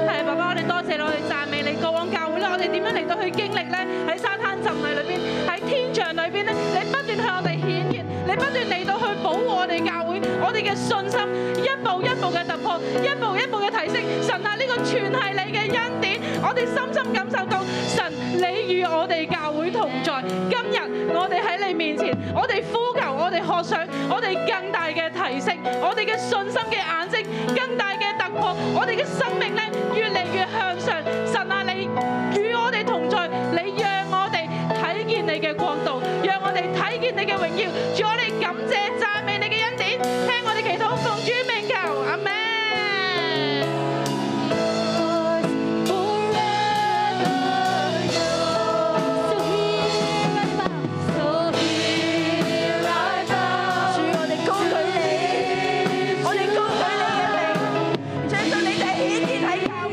[SPEAKER 6] 係爸爸，我哋多謝你，我哋讚美你。過往教會咧，我哋點樣嚟到去經歷咧？喺沙灘浸禮裏邊，喺天象裏邊咧，你不斷向我哋顯現，你不斷嚟到去保護我哋教會，我哋嘅信心一步一步嘅突破，一步一步嘅提升。神啊，呢個全係你嘅恩典，我哋深深感受到神，你與我哋教會同在。今日我哋喺你面前，我哋呼求，我哋渴想，我哋更大嘅提升，我哋嘅信心嘅眼睛更大嘅突破，我哋嘅生命咧越嚟越向上。神啊，你與我哋同在，你讓我哋睇見啊你嘅國度，讓我哋睇見你嘅榮耀。主，我哋感謝讚美你嘅恩典，聽我哋祈禱，奉主名求，阿門。
[SPEAKER 7] 主，我哋高舉你，我哋高舉你嘅名，最數你就顯現喺教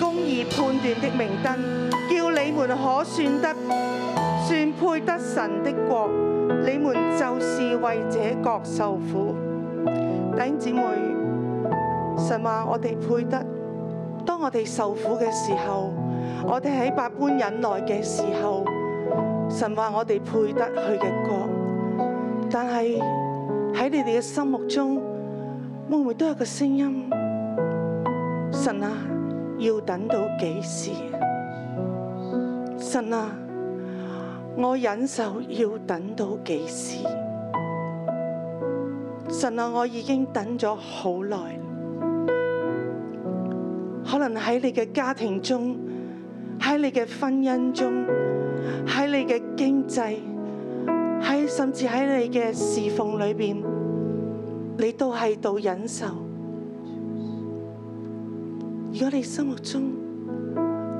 [SPEAKER 9] 公義判斷的明燈，叫你們可算得算配得神的國。你們就是為這國受苦。弟兄姊妹，神話我哋配得。當我哋受苦嘅時候，我哋喺百般忍耐嘅時候，神話我哋配得佢嘅國。但係喺你哋嘅心目中，會唔會都有個聲音？神啊，要等到幾時？神啊，我忍受要等到幾時？神啊，我已經等咗好耐。可能喺你嘅家庭中，喺你嘅婚姻中，喺你嘅經濟，喺甚至喺你嘅侍奉裏邊，你都喺度忍受。如果你心目中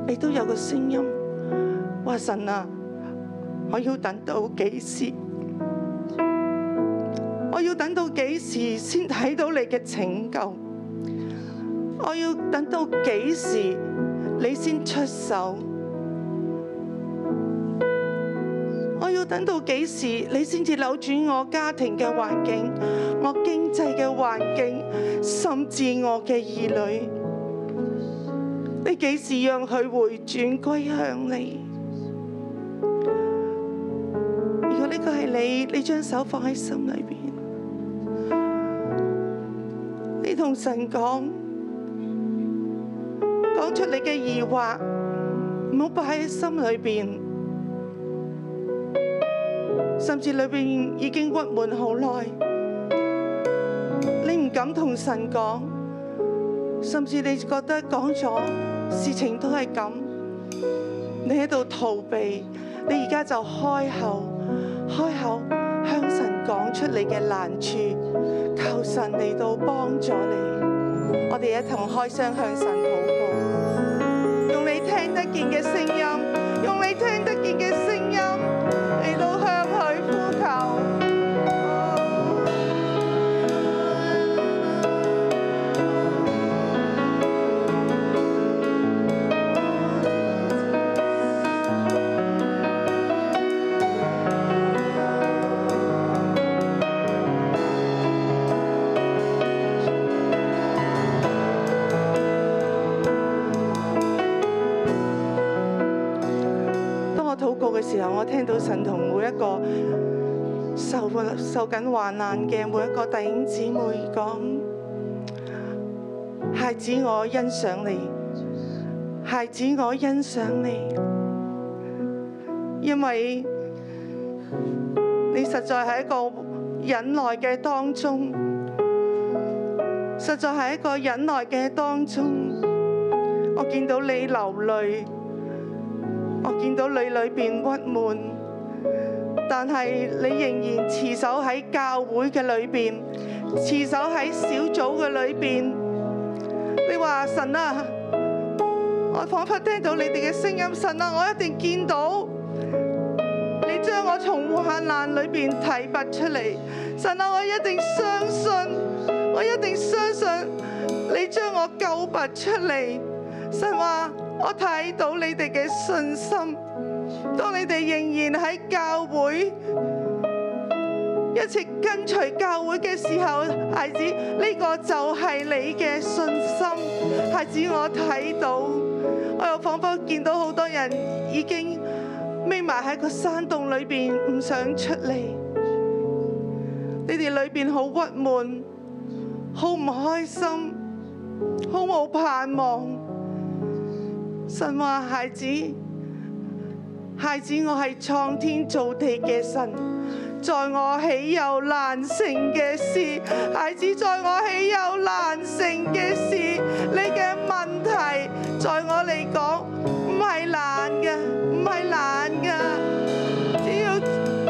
[SPEAKER 9] 你都有個聲音，話神啊，我要等到幾時？我要等到幾時先睇到你嘅拯救？我要等到幾時你先出手？我要等到幾時你先至扭轉我家庭嘅環境、我經濟嘅環境，甚至我嘅兒女？你幾時讓佢回轉歸向你？如果呢個係你，你將手放喺心裏邊，你同神講。講出你嘅疑惑，唔好擺喺心裏邊，甚至裏邊已經鬱悶好耐，你唔敢同神講，甚至你覺得講咗事情都係咁，你喺度逃避，你而家就開口，開口向神講出你嘅難處，求神嚟到幫助你，我哋一同開聲向神禱告。用你聽得見嘅聲音，用你聽得見嘅聲音嚟到向佢呼求。當我禱告嘅時候，我聽到神同每一個受受緊患難嘅每一個弟兄姊妹講：孩子，我欣賞你；孩子，我欣賞你，因為你實在係一個忍耐嘅當中，實在係一個忍耐嘅當中，我見到你流淚。我見到你裏邊鬱悶，但係你仍然持守喺教會嘅裏邊，持守喺小組嘅裏邊。你話神啊，我彷彿聽到你哋嘅聲音，神啊，我一定見到你將我從患難裏邊提拔出嚟。神啊，我一定相信，我一定相信你將我救拔出嚟。神話我睇到你哋嘅信心，當你哋仍然喺教會一直跟隨教會嘅時候，孩子呢個就係你嘅信心。孩子，我睇到，我又彷彿見到好多人已經匿埋喺個山洞裏邊，唔想出嚟。你哋裏邊好鬱悶，好唔開心，好冇盼望。神話孩子，孩子，我係創天造地嘅神，在我豈有難成嘅事？孩子，在我豈有難成嘅事？你嘅問題，在我嚟講唔係難嘅，唔係難嘅，只要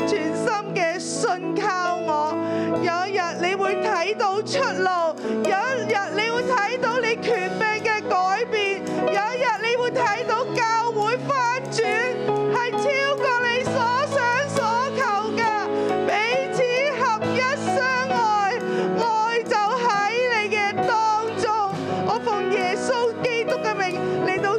[SPEAKER 9] 全心嘅信靠我，有一日你會睇到出路，有一日你會睇到你權柄嘅改變，有一日。你會睇到教會翻轉，係超過你所想所求嘅，彼此合一相愛，愛就喺你嘅當中。我奉耶穌基督嘅名，你啊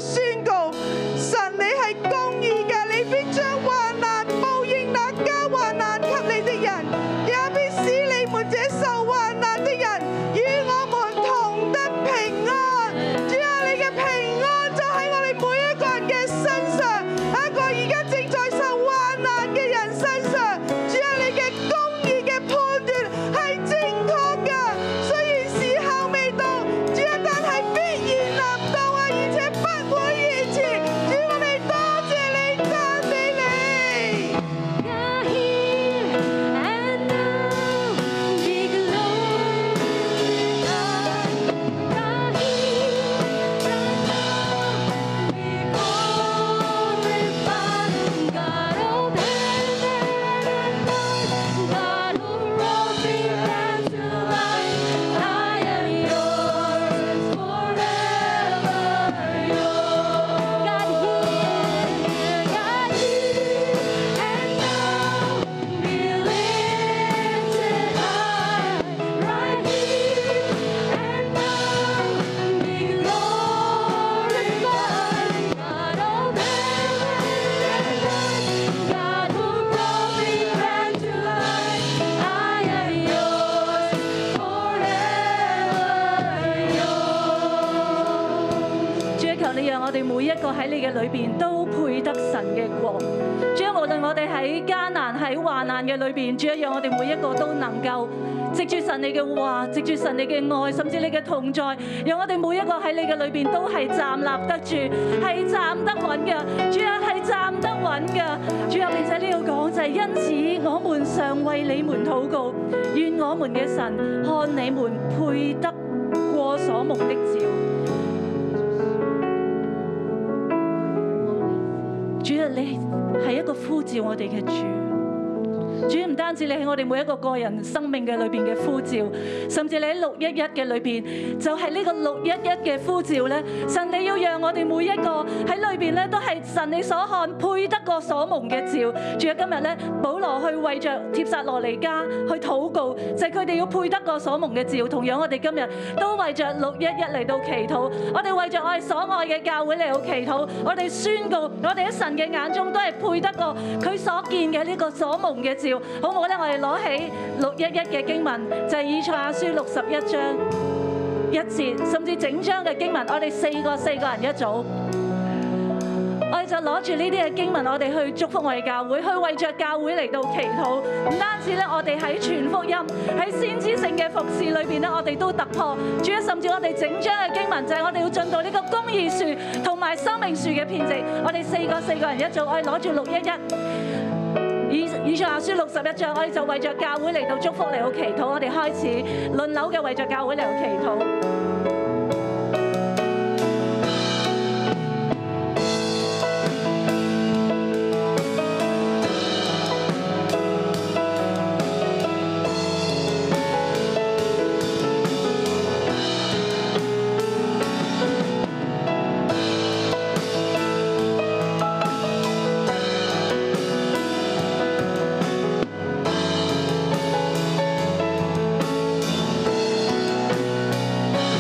[SPEAKER 5] 哋每一個喺你嘅裏邊都配得神嘅國。主啊，無論我哋喺艱難喺患難嘅裏邊，主啊，讓我哋每一個都能夠藉住神你嘅話，藉住神你嘅愛，甚至你嘅同在，讓我哋每一個喺你嘅裏邊都係站立得住，係站得穩嘅。主啊，係站得穩嘅。主啊，並且呢度講就係因此，我們常為你們禱告，願我們嘅神看你們配得過所蒙的召。主啊，你係一個呼召我哋嘅主。主唔單止你喺我哋每一個個人生命嘅裏邊嘅呼召，甚至你喺六一一嘅裏邊，就係、呢個六一一嘅呼召咧。神你要讓我哋每一個喺裏邊咧，都係神你所看配得過所蒙嘅召。主啊，今日咧，保羅去為着帖撒羅尼加去禱告，就係佢哋要配得過所蒙嘅召。同樣我哋今日都為着六一一嚟到祈禱，我哋為着我哋所愛嘅教會嚟到祈禱，我哋宣告，我哋喺神嘅眼中都係配得過佢所見嘅呢個所蒙嘅召，好唔好咧？我哋攞起六一一嘅經文，就係、以賽亞書六十一章一節，甚至整章嘅經文，我哋四個四個人一組。我哋就攞住呢啲嘅經文，我哋去祝福我哋教會，去為着教會嚟到祈禱。唔單止咧，我哋喺全福音、喺先知性嘅服侍裏邊咧，我哋都突破。主要甚至我哋整章嘅經文就係我哋要進到呢個公義樹同埋生命樹嘅遍植。我哋四個四個人一組，我哋攞住六一一。以以賽亞書六十一章，我哋就為着教會嚟到祝福嚟到祈禱，我哋開始輪流嘅為着教會嚟到祈禱。
[SPEAKER 10] 主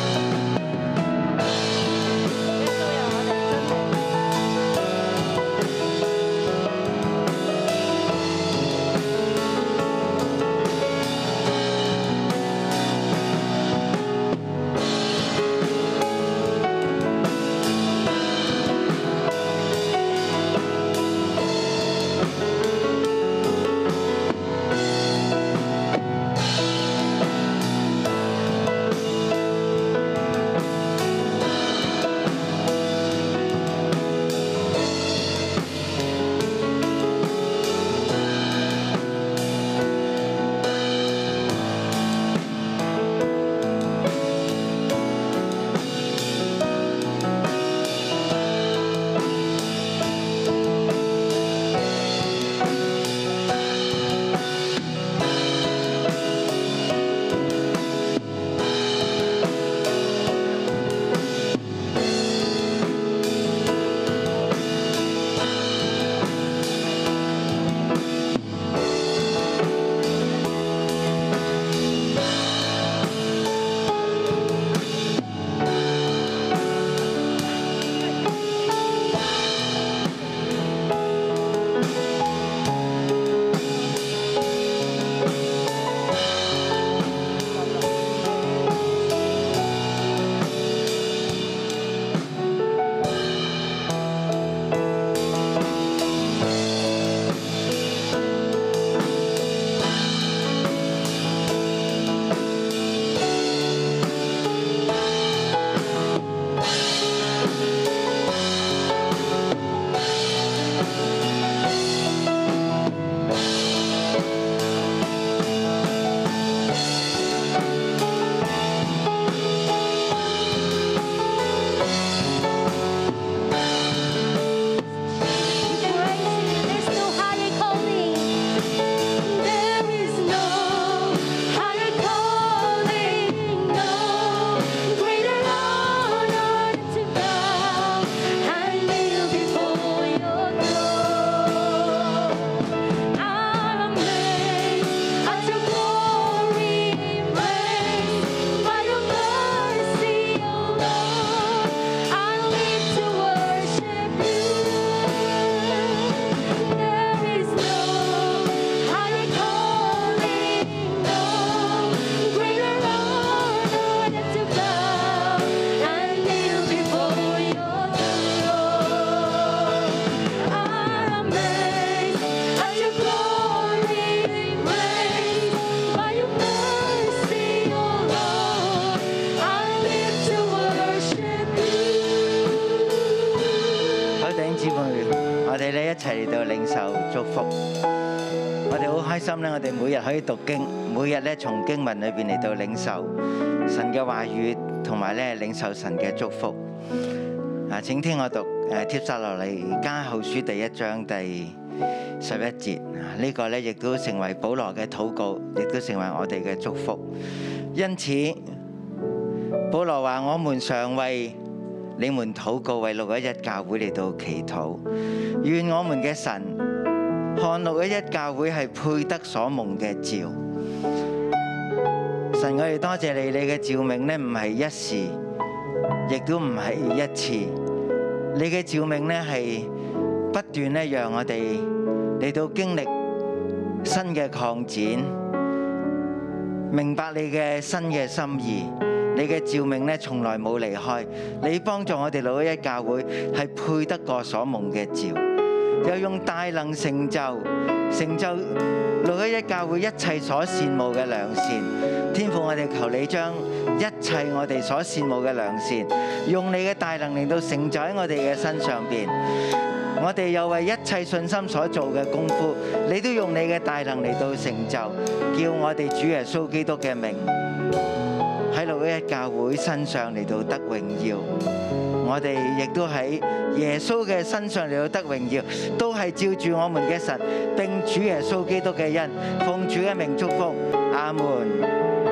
[SPEAKER 10] 齊嚟到領受祝福。我哋好開心咧，我哋每日可以讀經，每日咧從經文裏邊嚟到領受神嘅話語，同埋咧領受神嘅祝福。啊，請聽我讀誒帖撒羅尼加後書第一章第十一節。啊呢個咧亦都成為保羅嘅禱告，亦都成為我哋嘅祝福。因此，保羅話：我們常為你們禱告，為六一一教會嚟到祈禱。願我們嘅神看六一一教會係配得所蒙嘅召。神，我哋多謝你，你嘅召命呢唔係一時，亦都唔係一次。你嘅召命呢係不斷咧，讓我哋嚟到經歷新嘅擴展。明白你嘅新嘅心意，你嘅召命咧從來冇離開，你幫助我哋老一教會係配得過所蒙嘅召，又用大能成就成就老一教會一切所羨慕嘅良善。天父，我哋求你將一切我哋所羨慕嘅良善，用你嘅大能令到成就喺我哋嘅身上邊。我哋又為一切信心所做嘅功夫，你都用你嘅大能嚟到成就，叫我哋主耶穌基督嘅名喺六一教會身上嚟到得榮耀。我哋亦都喺耶穌嘅身上嚟到得榮耀，都係照住我們嘅神，並主耶穌基督嘅恩，奉主嘅名祝福，阿門。